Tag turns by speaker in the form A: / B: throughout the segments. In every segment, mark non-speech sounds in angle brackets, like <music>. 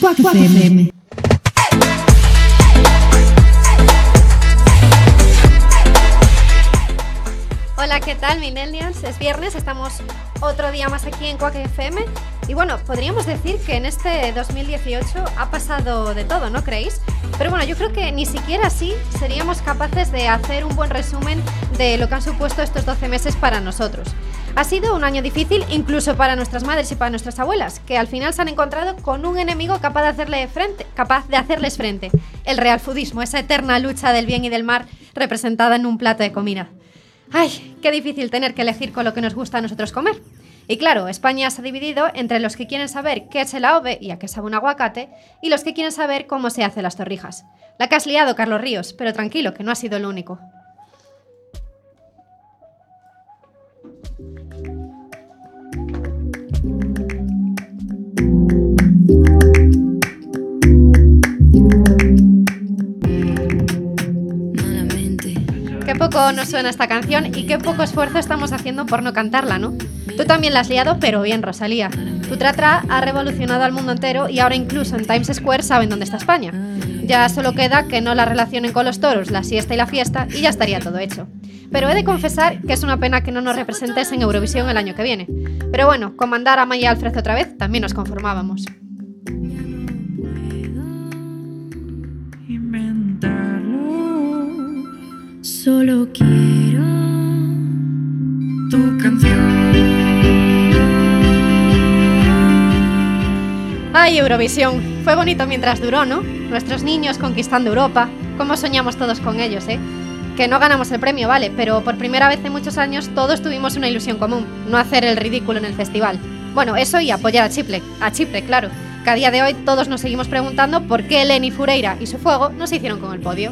A: Quack FM.
B: Hola, ¿qué tal, Millennials? Es viernes, estamos otro día más aquí en Quack FM. Y bueno, podríamos decir que en este 2018 ha pasado de todo, ¿no creéis? Pero bueno, yo creo que ni siquiera así seríamos capaces de hacer un buen resumen de lo que han supuesto estos 12 meses para nosotros. Ha sido un año difícil incluso para nuestras madres y para nuestras abuelas, que al final se han encontrado con un enemigo capaz de, hacerle frente, capaz de hacerles frente, el real foodismo, esa eterna lucha del bien y del mal representada en un plato de comida. Ay, qué difícil tener que elegir con lo que nos gusta a nosotros comer. Y claro, España se ha dividido entre los que quieren saber qué es el AOVE y a qué sabe un aguacate, y los que quieren saber cómo se hacen las torrijas. La que has liado, Carlos Ríos, pero tranquilo, que no ha sido el único.
C: malamente.
B: Qué poco nos suena esta canción y qué poco esfuerzo estamos haciendo por no cantarla, ¿no? Tú también la has liado, pero bien, Rosalía. Tu tratra ha revolucionado al mundo entero y ahora incluso en Times Square saben dónde está España. Ya solo queda que no la relacionen con los toros, la siesta y la fiesta y ya estaría todo hecho. Pero he de confesar que es una pena que no nos representes en Eurovisión el año que viene. Pero bueno, con mandar a Maya Alfred otra vez también nos conformábamos.
C: inventarlo. Solo quiero tu canción.
B: ¡Ay, Eurovisión! Fue bonito mientras duró, ¿no? Nuestros niños conquistando Europa. ¿Cómo soñamos todos con ellos, eh? Que no ganamos el premio, vale, pero por primera vez en muchos años todos tuvimos una ilusión común, no hacer el ridículo en el festival. Bueno, eso y apoyar a Chipre, a Chipre, claro. Que a día de hoy todos nos seguimos preguntando por qué Lenny Fureira y su fuego no se hicieron con el podio.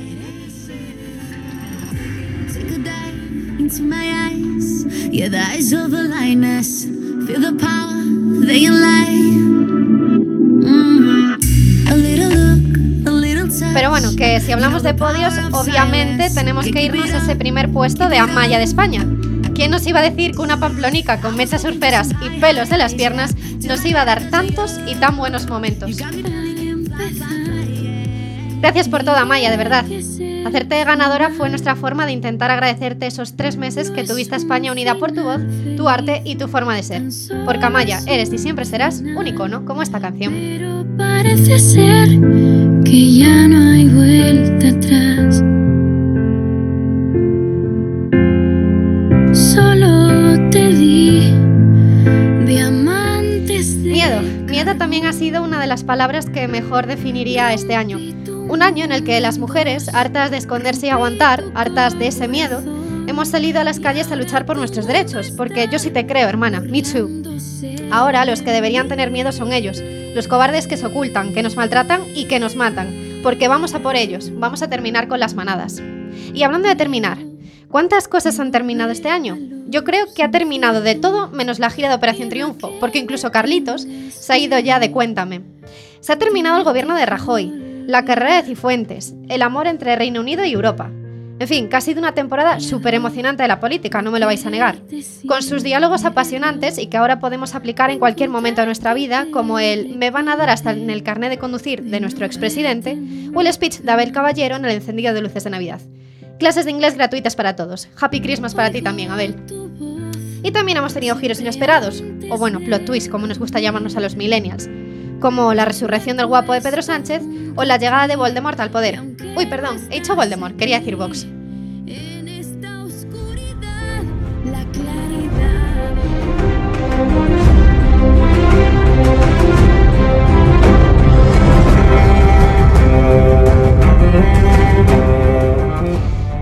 C: Take a dive into my eyes. Yeah, the eyes of a lioness. Feel the power, they can lie. Mm. A little look, a little touch.
B: Pero bueno, que si hablamos de podios, obviamente tenemos que irnos a ese primer puesto de Amaya de España. ¿Quién nos iba a decir que una pamplonica con mechas surferas y pelos de las piernas nos iba a dar tantos y tan buenos momentos? Gracias por todo, Amaya, de verdad. Hacerte ganadora fue nuestra forma de intentar agradecerte esos tres meses que tuviste a España unida por tu voz, tu arte y tu forma de ser. Porque Amaya, eres y siempre serás un icono como esta canción.
C: Pero parece ser que ya no hay vuelta atrás. Solo te di diamantes de
B: Miedo. Miedo también ha sido una de las palabras que mejor definiría este año. Un año en el que las mujeres, hartas de esconderse y aguantar, hartas de ese miedo, hemos salido a las calles a luchar por nuestros derechos, porque yo sí te creo, hermana, me too. Ahora los que deberían tener miedo son ellos, los cobardes que se ocultan, que nos maltratan y que nos matan, porque vamos a por ellos, vamos a terminar con las manadas. Y hablando de terminar, ¿cuántas cosas han terminado este año? Yo creo que ha terminado de todo menos la gira de Operación Triunfo, porque incluso Carlitos se ha ido ya de Cuéntame. Se ha terminado el gobierno de Rajoy, la carrera de Cifuentes, el amor entre Reino Unido y Europa. En fin, que ha sido una temporada súper emocionante de la política, no me lo vais a negar. Con sus diálogos apasionantes y que ahora podemos aplicar en cualquier momento de nuestra vida, como el me van a dar hasta en el carnet de conducir de nuestro expresidente o el speech de Abel Caballero en el encendido de luces de Navidad. Clases de inglés gratuitas para todos. Happy Christmas para ti también, Abel. Y también hemos tenido giros inesperados, o bueno, plot twists, como nos gusta llamarnos a los millennials, como la resurrección del guapo de Pedro Sánchez o la llegada de Voldemort al poder. Uy, perdón, he dicho Voldemort, quería decir Vox.
C: en esta oscuridad la claridad.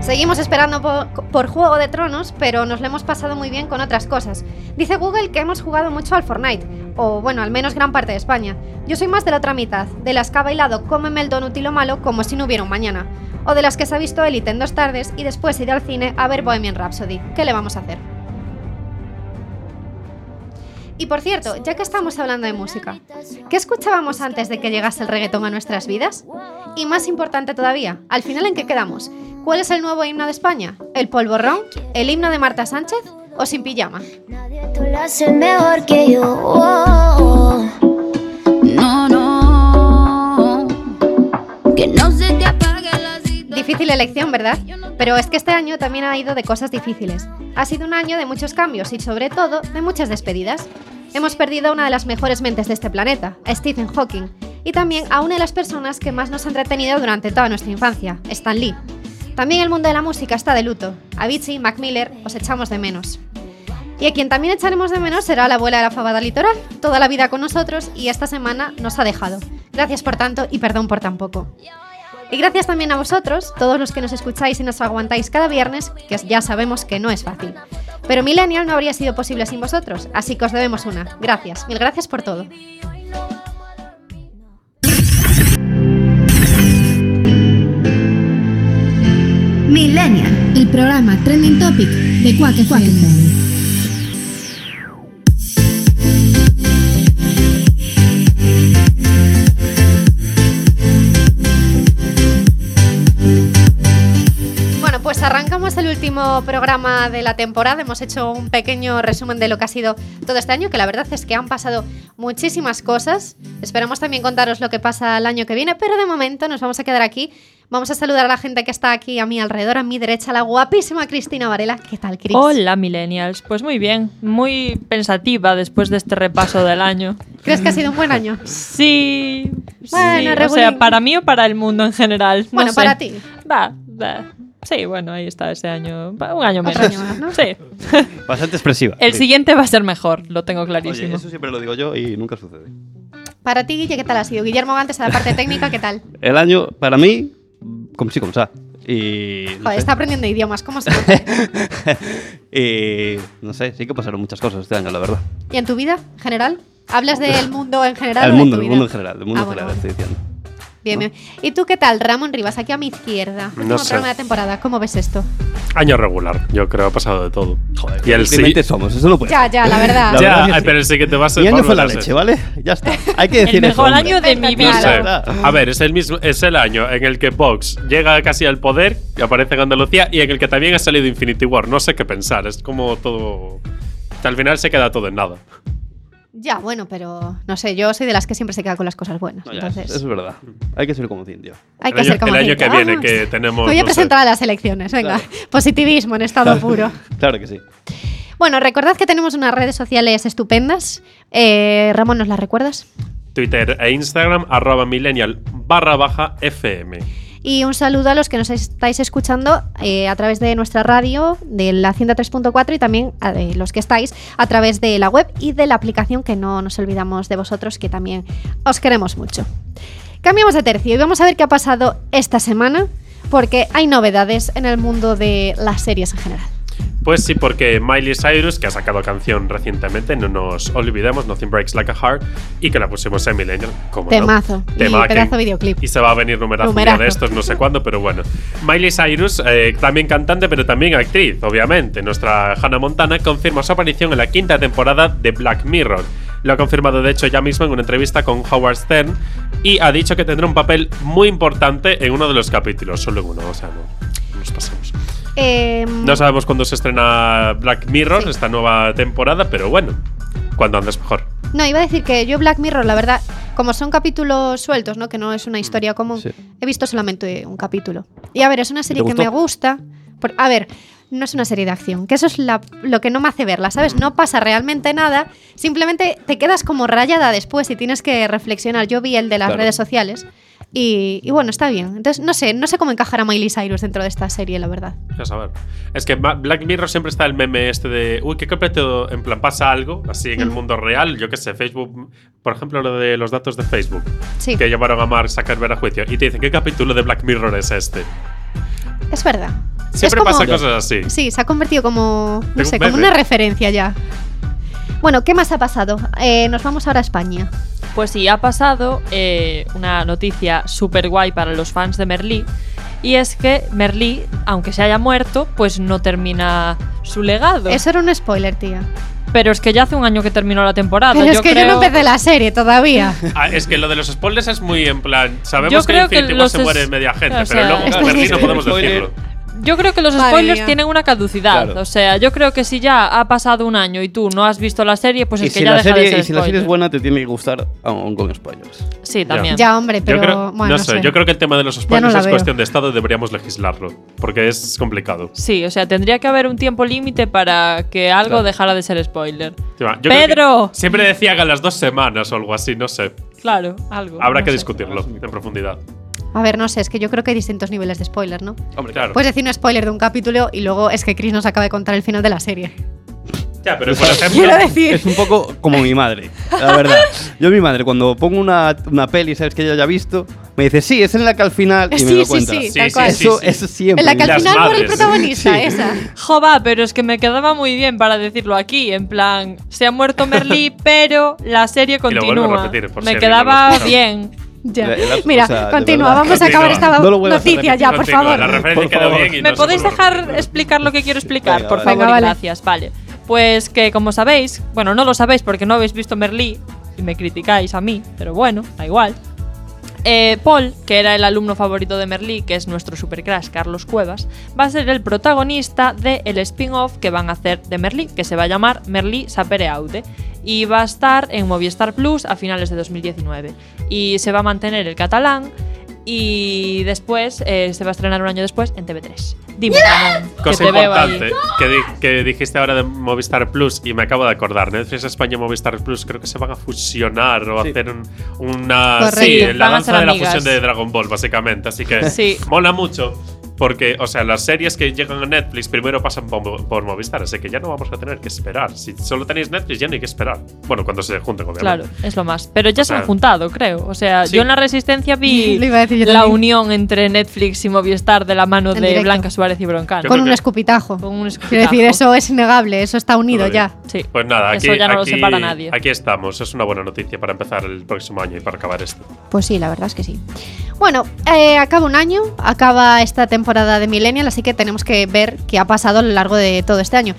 B: Seguimos esperando po- por, Juego de Tronos, pero nos lo hemos pasado muy bien con otras cosas. Dice Google que hemos jugado mucho al Fortnite, o bueno, al menos gran parte de España. Yo soy más de la otra mitad, de las que ha bailado Cómeme el donut y lo malo como si no hubiera un mañana, o de las que se ha visto Elite en dos tardes y después ido al cine a ver Bohemian Rhapsody. ¿Qué le vamos a hacer? Y por cierto, ya que estamos hablando de música, ¿qué escuchábamos antes de que llegase el reggaetón a nuestras vidas? Y más importante todavía, al final en qué quedamos? ¿Cuál es el nuevo himno de España? ¿El polvorrón? ¿El himno de Marta Sánchez? ¿O sin pijama?
D: Nadie tú lo haces mejor que yo. oh, oh.
C: No, no. que no se te apague la cita.
B: Difícil elección, ¿verdad? Pero es que este año también ha ido de cosas difíciles. Ha sido un año de muchos cambios y sobre todo de muchas despedidas. Hemos perdido a una de las mejores mentes de este planeta, a Stephen Hawking, y también a una de las personas que más nos ha entretenido durante toda nuestra infancia, Stan Lee. También el mundo de la música está de luto. Avicii, Mac Miller, os echamos de menos. Y a quien también echaremos de menos será la abuela de la fabada litoral, toda la vida con nosotros y esta semana nos ha dejado. Gracias por tanto y perdón por tan poco. Y gracias también a vosotros, todos los que nos escucháis y nos aguantáis cada viernes, que ya sabemos que no es fácil. Pero Millennial no habría sido posible sin vosotros, así que os debemos una. Gracias, mil gracias por todo.
A: Millennial,
D: El programa Trending Topic de Quack FM.
B: Bueno, pues arrancamos el último programa de la temporada. Hemos hecho un pequeño resumen de lo que ha sido todo este año, que la verdad es que han pasado muchísimas cosas. Esperamos también contaros lo que pasa el año que viene, pero de momento nos vamos a quedar aquí. Vamos a saludar a la gente que está aquí a mi alrededor, a mi derecha, la guapísima Cristina Varela. ¿Qué tal, Cris?
E: Hola millennials, pues muy bien, muy pensativa después de este repaso del año.
B: ¿Crees que ha sido un buen año?
E: Sí,
B: Bueno,
E: sí, o
B: regulín.
E: sea, para mí o para el mundo en general. no
B: Bueno,
E: sé.
B: para ti.
E: Va, va. Sí, bueno, ahí está ese año, va, un año menos.
B: Otro año más, ¿no?
E: Sí.
F: Bastante expresiva.
E: El
F: Sí.
E: siguiente va a ser mejor, lo tengo
F: Oye,
E: clarísimo.
F: eso siempre lo digo yo y nunca sucede.
B: Para ti, Guille, ¿qué tal ha sido? Guillermo antes a la parte técnica, ¿qué
F: <laughs>
B: tal?
F: El año, para mí, como sí, como sa. Y. No
B: Joder,
F: sé,
B: está aprendiendo idiomas, ¿cómo se nota?
F: <laughs> y, no sé, sí que pasaron muchas cosas este año, la verdad.
B: ¿Y en tu vida en general? ¿Hablas del mundo en general? o
F: Pues, El
B: de
F: mundo,
B: tu
F: el
B: vida?
F: mundo en general, el mundo
B: Ah,
F: en
B: bueno,
F: general,
B: bueno.
F: estoy diciendo.
B: Bien, bien. ¿Y tú qué tal, Ramón Rivas? Aquí a mi izquierda.
G: No
B: Último
G: sé.
B: programa de temporada. ¿Cómo ves esto?
G: Año regular, yo creo, ha pasado de todo.
F: Joder,
G: y el sí.
F: simplemente somos, eso no puede.
B: Ya, ya, la verdad.
F: Pues, La
G: ya,
F: verdad que
G: ay,
F: sí.
G: pero sí que te vas a
F: Mi año
G: Pablo,
F: fue la
G: no sé.
F: leche, ¿vale? Ya está. Hay que decir
E: El mejor
F: eso, hombre.
E: año de mi
G: No
B: Claro.
E: vida.
G: sé. A ver, es el mismo, es el año en el que Vox llega casi al poder, que aparece en Andalucía, y en el que también ha salido Infinity War. No sé qué pensar, es como todo. Al final se queda todo en nada.
B: Ya, bueno, pero no sé, yo soy de las que siempre se queda con las cosas buenas.
F: No, ya,
B: entonces,
F: Eso es verdad. Hay que ser como cien, tío.
B: hay
G: El
B: que
G: año-
B: ser como
G: el año
B: gente.
G: que viene,
B: Ah,
G: que
B: me
G: tenemos.
B: <laughs> Voy a
G: no sé.
B: presentar a las elecciones, venga. Positivismo en
F: <laughs>
B: estado puro.
F: Claro que sí.
E: Pues
B: Bueno, recordad que tenemos unas redes sociales estupendas. Eh, Ramón, ¿nos las recuerdas?
G: Twitter e Instagram, arroba millennial barra baja FM.
B: Y un saludo a los que nos estáis escuchando eh, a través de nuestra radio, de la 103.4 y también a de los que estáis a través de la web y de la aplicación que no nos olvidamos de vosotros, que también os queremos mucho. Cambiamos de tercio y vamos a ver qué ha pasado esta semana, porque hay novedades en el mundo de las series en general.
G: Pues sí, porque Miley Cyrus, que ha sacado canción recientemente, no nos olvidemos, Nothing Breaks Like a Heart, y que la pusimos en Millennial, como
B: Temazo
G: no.
B: y
G: Tema que-
B: pedazo de videoclip.
G: Y se va a venir numerazo, un día
B: Numerazo.
G: de estos, no sé cuándo, pero bueno. Miley Cyrus, eh, también cantante, pero también actriz, obviamente. Nuestra Hannah Montana confirma su aparición en la quinta temporada de Black Mirror. Lo ha confirmado, de hecho, ya mismo en una entrevista con Howard Stern y ha dicho que tendrá un papel muy importante en uno de los capítulos, solo en uno, o sea, no nos pasamos.
B: Eh,
G: No sabemos cuándo se estrena Black Mirror,
B: Sí.
G: esta nueva temporada, pero bueno, cuando andes mejor.
B: No, iba a decir que yo Black Mirror, la verdad, como son capítulos sueltos, ¿no? Que no es una historia común,
F: sí.
B: he visto solamente un capítulo. Y a ver, es una serie
F: te
B: que
F: gustó?
B: me gusta. por- a ver, no es una serie de acción, que eso es la- lo que no me hace verla, ¿sabes? No pasa realmente nada, simplemente te quedas como rayada después y tienes que reflexionar. Yo vi el de las
F: Claro.
B: redes sociales y, y bueno, está bien. Entonces, no sé, no sé cómo encajará Miley Cyrus dentro de esta serie, la verdad.
G: A saber. Es que Ma- Black Mirror siempre está el meme este de, uy, qué completo, en plan pasa algo, así en el
B: Mm.
G: mundo real, yo qué sé, Facebook, por ejemplo, lo de los datos de Facebook,
B: Sí,
G: que llevaron a Mark Zuckerberg a juicio, y te dicen, ¿qué capítulo de Black Mirror es este?
B: es verdad. Es
G: Siempre
B: como-
G: pasa cosas así.
B: Sí, se ha convertido como, no
G: En
B: sé,
G: un
B: como
G: meme.
B: una referencia ya. Bueno, ¿qué más ha pasado? Eh, nos vamos ahora a España.
E: Pues sí, ha pasado eh, una noticia súper guay para los fans de Merlí. Y es que Merlí, aunque se haya muerto, pues no termina su legado.
B: Eso era un spoiler, tía.
E: Pero es que ya hace un año que terminó la temporada.
B: Pero es que yo
E: Ah, creo-
B: no empecé la serie
E: <laughs>
B: todavía.
G: Ah, es que lo de los spoilers es muy en plan, sabemos
E: Yo creo
G: que en
E: que
G: Infinity War
E: los
G: se
E: es-
G: muere media gente,
E: o sea,
G: pero luego
E: esto
G: en
B: es
G: Berlín no
F: spoiler.
G: podemos decirlo.
E: Yo creo que los
B: Madre
E: spoilers
B: mía.
E: tienen una caducidad.
F: Claro.
E: O sea, yo creo que si ya ha pasado un año y tú no has visto la serie, pues
F: y
E: es que
F: si,
E: ya
F: la
E: deja de
F: serie,
E: ser
F: y si la serie es
E: spoiler.
F: buena, te tiene que gustar aún con spoilers.
E: Sí, también.
B: Ya, hombre, pero
G: yo creo,
B: bueno,
G: no sé, yo creo que el tema de los
B: no
G: spoilers
B: la
G: es
B: veo.
G: cuestión de Estado, deberíamos legislarlo, porque es complicado.
E: Sí, o sea, tendría que haber un tiempo límite para que algo
F: Claro.
E: dejara de ser spoiler.
G: Yo creo que
E: ¡Pedro!
G: Siempre decía que a las dos semanas o algo así, no sé.
E: Claro, algo.
G: Habrá
E: no
G: que
E: sé.
G: discutirlo en profundidad.
B: A ver, no sé, es que yo creo que hay distintos niveles de spoiler, ¿no?
G: Hombre, claro.
E: Pues
B: Puedes decir un spoiler de un capítulo y luego es que Chris nos acaba de contar el final de la serie.
G: ya, pero por ejemplo,
B: Quiero decir,
F: Es un poco como mi madre, la verdad. Yo, mi madre, cuando pongo una, una peli, ¿sabes? Que ella haya visto, me dice, sí, es en la que al final. Y me
B: Sí,
F: lo
B: sí,
F: cuenta.
B: sí,
G: tal cual.
F: Eso,
G: sí, sí.
F: eso siempre.
B: en la que al
G: Las
B: final muere el
G: madres.
B: protagonista,
F: Sí.
G: <laughs>
B: esa.
E: Jova, pero es que me quedaba muy bien para decirlo aquí, en plan, se ha muerto Merlí, <laughs> pero la serie
G: Y lo vuelvo a
E: continúa.
G: repetir, por si
E: me
G: alguien no lo ha
E: quedaba
G: escuchado.
E: bien.
B: Ya.
F: La- la-
B: Mira,
F: o sea, de
B: continúa,
F: verdad.
B: vamos a acabar
G: Continúa.
B: esta
F: No lo vuelvas a
B: noticia
F: repetir.
B: ya, por
G: Continúa,
B: favor.
G: La referencia
F: Por
G: quedó
F: favor.
G: bien y
E: ¿Me
G: no se
E: podéis
G: borró.
E: dejar explicar lo que quiero explicar,
F: Venga,
E: por
F: vale.
E: favor?
B: Venga, vale.
E: Gracias, vale. Pues que como sabéis, bueno, no lo sabéis porque no habéis visto Merlí y me criticáis a mí, pero bueno, da igual. Eh, Paul, que era el alumno favorito de Merlí, que es nuestro supercrash Carlos Cuevas, va a ser el protagonista del spin-off que van a hacer de Merlí, que se va a llamar Merlí Sapere Aude, y va a estar en Movistar Plus a finales de 2019. Y se va a mantener el catalán y después eh, se va a estrenar un año después en TV3. Dime, Ramón, que
G: Cosa
E: te veo ahí.
G: importante que, di- que dijiste ahora de Movistar Plus y me acabo de acordar. Netflix España y Movistar Plus creo que se van a fusionar o
F: Sí.
G: hacer un- una.
B: Correcto.
G: Sí,
E: Van
G: la
E: a
G: danza
E: ser
G: de la
E: amigas.
G: fusión de Dragon Ball, básicamente. Así que
E: Sí.
G: mola mucho. Porque, o sea, las series que llegan a Netflix primero pasan por, Mo- por Movistar, así que ya no vamos a tener que esperar. Si solo tenéis Netflix, ya no hay que esperar. Bueno, cuando se junten, obviamente.
E: Claro, es lo más. Pero ya se han
G: sea,
E: juntado, creo. O sea,
G: sí.
E: yo en la Resistencia
G: <laughs>
E: vi
B: Lo iba a decir yo
E: la
B: también.
E: unión entre Netflix y Movistar de la mano
B: En
E: de
B: directo.
E: Blanca Suárez y Broncano.
G: Yo
B: Con
G: creo
B: un
G: que-
B: escupitajo.
E: Con un
B: Quiero decir,
E: escupitajo.
B: eso es innegable, eso está unido
G: Todavía.
B: ya.
E: Sí.
G: Pues nada, aquí,
E: Eso ya no lo
G: aquí-
E: separa nadie.
G: aquí estamos. Es una buena noticia para empezar el próximo año y para acabar esto.
B: Pues sí, la verdad es que sí. Bueno, eh, acaba un año, acaba esta temporada de Millennial, así que tenemos que ver qué ha pasado a lo largo de todo este año.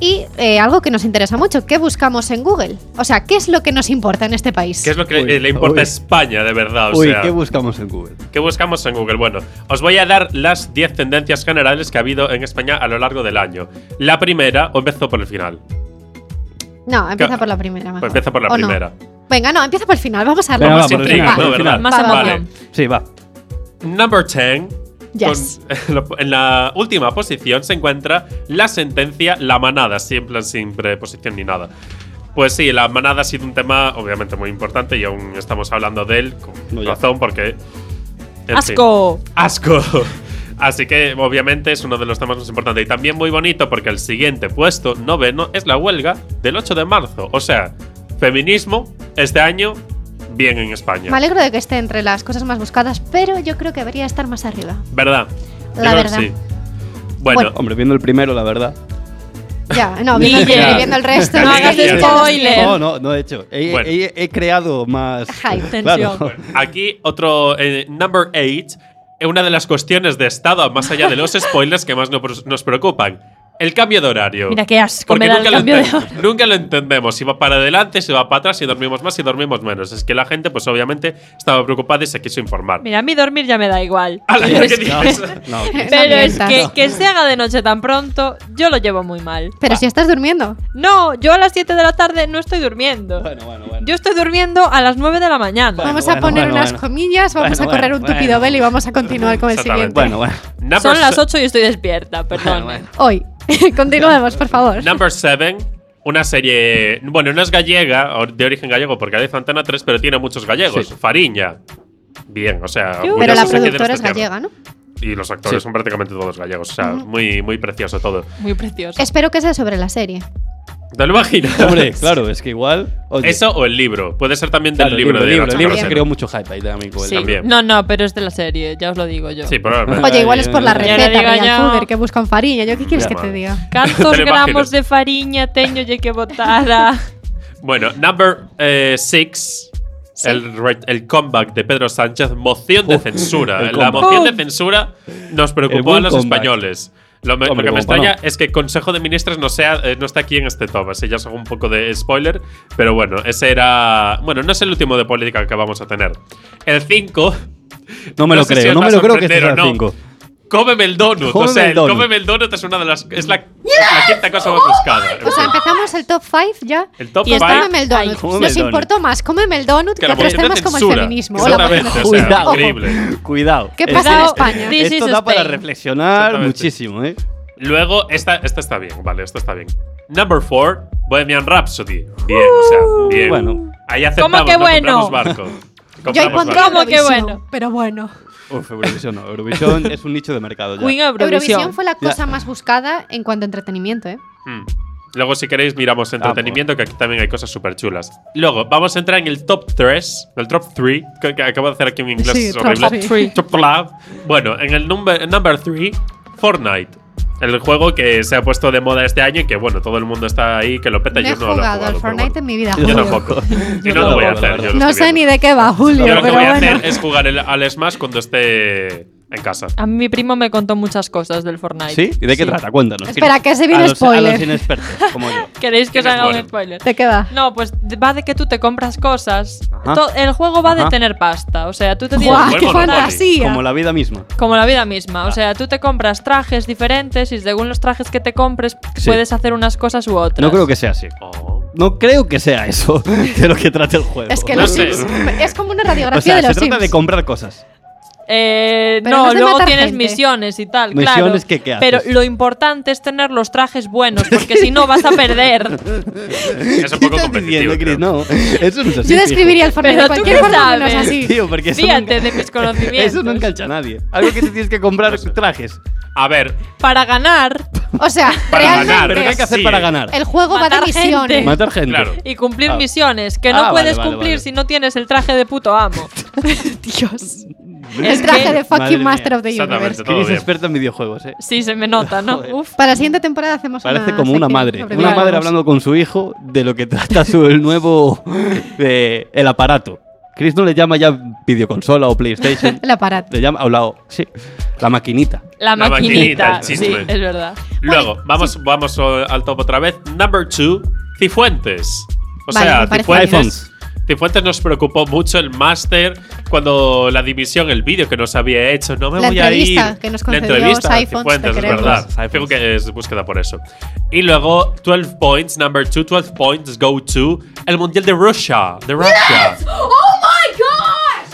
B: Y eh, algo que nos interesa mucho, ¿qué buscamos en Google? O sea, ¿qué es lo que nos importa en este país?
G: ¿Qué es lo que
F: Uy,
G: eh, le importa
F: uy.
G: a España, de verdad? O
F: Uy,
G: sea,
F: ¿qué buscamos en Google?
G: ¿Qué buscamos en Google? Bueno, os voy a dar las 10 tendencias generales que ha habido en España a lo largo del año. La primera, o empezó por el final.
B: No, empieza
G: Ca-
B: por la primera. mejor.
G: Pues empieza por la
B: ¿O no?
G: primera.
B: Venga, no, empieza por el final, vamos a
F: Venga,
B: darle
F: va,
B: más
F: Ah, por el
B: sentido.
F: final,
B: Va.
F: por el
G: ah,
F: final.
E: Más
B: Va, va,
E: emoción.
F: Sí, va.
G: Number 10. <laughs>
B: Yes.
G: con- en la última posición se encuentra la sentencia La Manada, siempre sin preposición ni nada. Pues sí, la manada ha sido un tema obviamente muy importante y aún estamos hablando de él con
F: No, ya.
G: razón porque... en fin.
E: ¡Asco!
G: Asco. <laughs> Así que obviamente es uno de los temas más importantes y también muy bonito porque el siguiente puesto, noveno, es la huelga del 8 de marzo. O sea, feminismo este año bien en España.
B: Me alegro de que esté entre las cosas más buscadas, pero yo creo que debería estar más arriba.
G: ¿Verdad? Yo
B: La
G: creo que
B: verdad.
G: sí. Bueno,
B: Bueno.
F: Hombre, viendo el primero, la verdad.
B: Ya,
F: <laughs>
B: no, viendo, el,
E: Guille.
B: viendo el resto.
G: No
B: es que
G: hagas
B: ya los
E: spoiler.
B: quiero.
F: No, no, no he hecho. He,
G: Bueno.
F: he- he creado más. <laughs>
B: Hype.
F: Claro.
E: Tensión.
G: aquí otro eh, number 8, una de las cuestiones de Estado, más allá de los spoilers que más no- nos preocupan. El cambio de horario.
E: Mira qué asco me
G: Porque
E: da el
G: nunca lo,
E: cambio de
G: enten- nunca lo entendemos. Si va para adelante, si va para atrás, si dormimos más, si dormimos menos. Es que la gente, pues obviamente, estaba preocupada y se quiso informar.
E: Mira, a mí dormir ya me da igual.
G: <laughs> ¡Hala, ya que
F: No,
G: dices!
F: no, que-
E: Pero es
B: mierda.
E: que, que se haga de noche tan pronto, yo lo llevo muy mal.
B: Pero si estás durmiendo.
E: No, yo a las 7 de la tarde no estoy durmiendo.
F: Bueno, bueno, bueno.
E: Yo estoy durmiendo a las 9 de la mañana.
F: Bueno,
B: vamos a
F: bueno,
B: poner
F: bueno,
B: unas
F: bueno.
B: comillas, vamos
F: Bueno,
B: a correr
F: bueno,
B: un tupido
F: bueno.
B: velo y vamos a continuar con el
G: Exactamente.
B: siguiente.
F: Bueno, bueno.
G: Number
E: Son las
G: se-
E: 8 y estoy despierta, perdón.
F: bueno.
B: Hoy. <laughs> Continuemos, por favor.
G: Number 7, una serie. Bueno, no es gallega, o- de origen gallego, porque es de Antena 3, pero tiene muchos gallegos.
F: Sí.
G: Fariña. Bien, o sea.
B: Pero la
G: orgullosos aquí de
B: productora es
G: nuestra tierra.
B: gallega, ¿no?
G: Y los actores
F: Sí.
G: son prácticamente todos gallegos. O sea,
B: Ujú.
G: muy, muy precioso todo.
E: Muy precioso.
B: Espero que sea sobre la serie.
G: ¿Te lo imaginas?
F: Hombre, claro, es que igual. oye,
G: Eso o el libro. Puede ser también
F: claro,
G: del libro,
F: el
G: de
F: libro,
G: Nacho
F: el libro
G: Carrasero.
F: creó mucho hype ahí también. con el
E: Sí.
F: libro.
G: Pues también.
E: No, no, pero es de la serie, ya os lo digo yo.
G: Sí, probablemente.
B: Oye, igual es por la
F: Ay,
E: ya,
B: receta
E: ya,
B: Real
E: ya.
B: Fooder que buscan fariña. ¿Yo qué quieres
G: Ya,
B: que
G: madre.
B: te diga?
E: Cantos
G: Te lo
E: gramos
G: imaginas.
E: de fariña teño lle que botara.
G: Bueno, number 6. El, re- el comeback de Pedro Sánchez, moción de
F: Uf,
G: censura.
F: el
G: La
F: comeback.
G: moción de censura nos preocupó a
F: buen
G: los
F: comeback.
G: españoles. Lo, me- lo
F: Hombre,
G: que me
F: como para
G: extraña es que el Consejo de Ministros no, sea, eh, no está aquí en este top, así ya os hago un poco de spoiler, pero bueno, ese era... Bueno, no es el último de política que vamos a tener. El 5,
F: No me
G: No
F: lo
G: sé si
F: creo,
G: os
F: no
G: va
F: me
G: a
F: lo creo que
G: sorprender
F: sea <laughs>
G: o no.
F: cinco.
G: Cómeme el donut.
F: Cómeme
G: o sea,
F: el
G: el
F: donut.
G: cómeme el donut es una de las. Es la, la quinta cosa más buscada.
B: O sea, empezamos el top 5 ya.
G: El top
B: y está
G: five.
B: cómeme el
E: Ay,
B: donut.
F: cómeme
B: Nos
F: el donut.
B: importó más cómeme el donut que,
G: la
B: otros
G: moción de
B: temas como el
G: censura,
B: feminismo. o la moción de
G: Exactamente. O sea,
F: Cuidado.
G: increíble.
F: Cuidado. Eh,
B: ¿Qué <laughs> pasa en
E: Cuidado.
B: España?
E: This
F: Esto
E: is
F: da para
E: Spain.
F: reflexionar
G: Exactamente.
F: muchísimo, ¿eh?
G: Luego, esta, esta está bien, vale, esta está bien. Number 4, Bohemian Rhapsody. Bien, o sea, bien.
F: Bueno.
G: Ahí aceptamos,
E: ¿Cómo que
G: no
E: bueno?
G: compramos barco.
B: <laughs> Yo ahí
G: Compramos
B: pondré
G: barco.
E: ¿Cómo que
B: Eurovisión,
E: bueno?
B: Pero bueno.
F: Uf, Eurovisión no. <laughs> Eurovisión es un nicho de mercado
E: Queen
F: ya.
E: Eurovisión.
B: Eurovisión fue la
F: Ya.
B: cosa más buscada en cuanto a entretenimiento, ¿eh?
G: Mm. Luego, si queréis, miramos entretenimiento, que aquí también hay cosas súper chulas. Luego, vamos a entrar en el top 3. El top 3, que, que acabo de hacer aquí un inglés
B: Sí, top
G: horrible.
E: three.
G: Top lab. Bueno, en el number, number 3, Fortnite. El juego que se ha puesto de moda este año y que, bueno, todo el mundo está ahí, que lo peta.
B: no
G: yo
B: he
G: no lo he
B: jugado al
G: pero
B: Fortnite
G: bueno.
B: en mi vida.
G: Yo
B: Julio.
G: tampoco.
B: <laughs>
G: Y
F: Yo
G: no lo voy
F: tampoco,
G: a
F: la
G: hacer. yo
F: verdad.
G: lo
B: No
G: estoy
B: sé ni
G: viendo.
B: de qué va, Julio,
G: Yo lo que
B: pero
G: voy a
B: bueno.
G: hacer es jugar el- al Smash cuando esté en casa.
E: A mí mi primo me contó muchas cosas del Fortnite.
F: ¿Sí? ¿Y de qué
E: Sí.
F: trata? Cuéntanos.
B: Espera, que se viene
F: a los,
B: spoiler.
F: A los inexpertos,
B: <laughs>
F: como yo.
E: ¿Queréis que os
G: ¿Quién es
E: haga un
G: bueno?
E: spoiler?
B: ¿De qué va?
E: No, pues de- va de que tú te compras cosas.
F: Ajá.
E: To- El juego va
F: Ajá.
E: de tener pasta. O sea, tú te tienes
B: ¡Guau,
G: Como el
B: qué
G: Monopoly.
B: fantasía!
F: Como la vida misma.
E: Como la vida misma. O sea, tú te compras trajes diferentes y según los trajes que te compres
F: Sí.
E: puedes hacer unas cosas u otras.
F: No creo que sea así.
G: Oh.
F: No creo que sea
B: <laughs>
F: eso de lo que trata el juego.
B: Es que
G: No
B: los
G: sé.
B: Sims. Es como una
F: o
B: radiografía
F: sea,
B: de
F: se
B: los
F: trata
B: Sims.
F: de comprar cosas.
E: Eh,
B: Pero no
E: no,
B: es de
E: luego
B: matar
E: tienes
B: gente.
E: misiones y tal, claro.
F: Misiones que, ¿qué haces?
E: Pero lo importante es tener los trajes buenos, porque si no
F: <laughs>
E: vas a perder.
G: Es un poco
F: ¿Qué estás
G: competitivo.
F: diciendo,
G: creo.
F: Chris? No, eso no es así.
B: Yo describiría el
F: fijo.
B: Fortnite de
E: Pero tú
B: cualquier
E: qué
B: forma menos
E: sabes.
B: así.
F: <laughs> Tío, porque <laughs> eso no
E: Fíjate
F: enga-
E: de mis conocimientos.
F: Eso no engancha a nadie. Algo que te tienes que comprar
G: No sé.
F: trajes.
G: A ver,
E: Para ganar
B: O sea,
G: Para
B: realmente
G: ganar,
F: Pero ¿qué hay que hacer
G: Sí.
F: para ganar?
B: el juego va
E: Matar
B: de misiones.
E: gente.
F: <laughs> Matar gente.
G: Claro.
E: y cumplir
F: Ah.
E: misiones, que
F: Ah,
E: no
F: vale,
E: puedes
F: vale,
E: cumplir
F: vale.
E: si no tienes el traje de puto
F: <laughs>
E: amo. Dios.
B: El traje de
F: Madre
B: fucking
F: mía.
B: Master of the
G: Exactamente.
B: Universe.
G: Todo
F: Chris es
G: bien.
F: experta en videojuegos, eh.
E: Sí, se me nota, ¿no?
F: Joder.
E: Uf.
B: Para la siguiente temporada hacemos
F: Parece
B: una
F: como una
B: sección
F: madre.
B: sobre
F: Una madre
B: videojuegos.
F: hablando con su hijo de lo que trata su,
B: <laughs>
F: el nuevo. de- el aparato. Chris no le llama ya videoconsola
B: <laughs>
F: o PlayStation.
B: El aparato.
F: le llama. o la- sí. La maquinita.
E: La,
G: La maquinita,
E: maquinita.
G: el
E: sí,
G: chisme.
E: es verdad.
G: luego, vamos, vamos o- al top otra vez. Number 2, Cifuentes. O
B: Vale,
G: sea,
B: me parece
G: Cifuentes, Cifuentes nos preocupó mucho el máster cuando la división, el vídeo que nos había hecho. No me
B: La
G: voy a ir.
B: entrevista que nos concedió
G: a
B: Siphons,
G: Cifuentes,
B: te
G: es
B: queremos.
G: verdad.
F: Siphons.
G: Tengo que es búsqueda por eso. Y luego, 12 points, number 2, 12 points, go to el Mundial de Rusia. De Russia.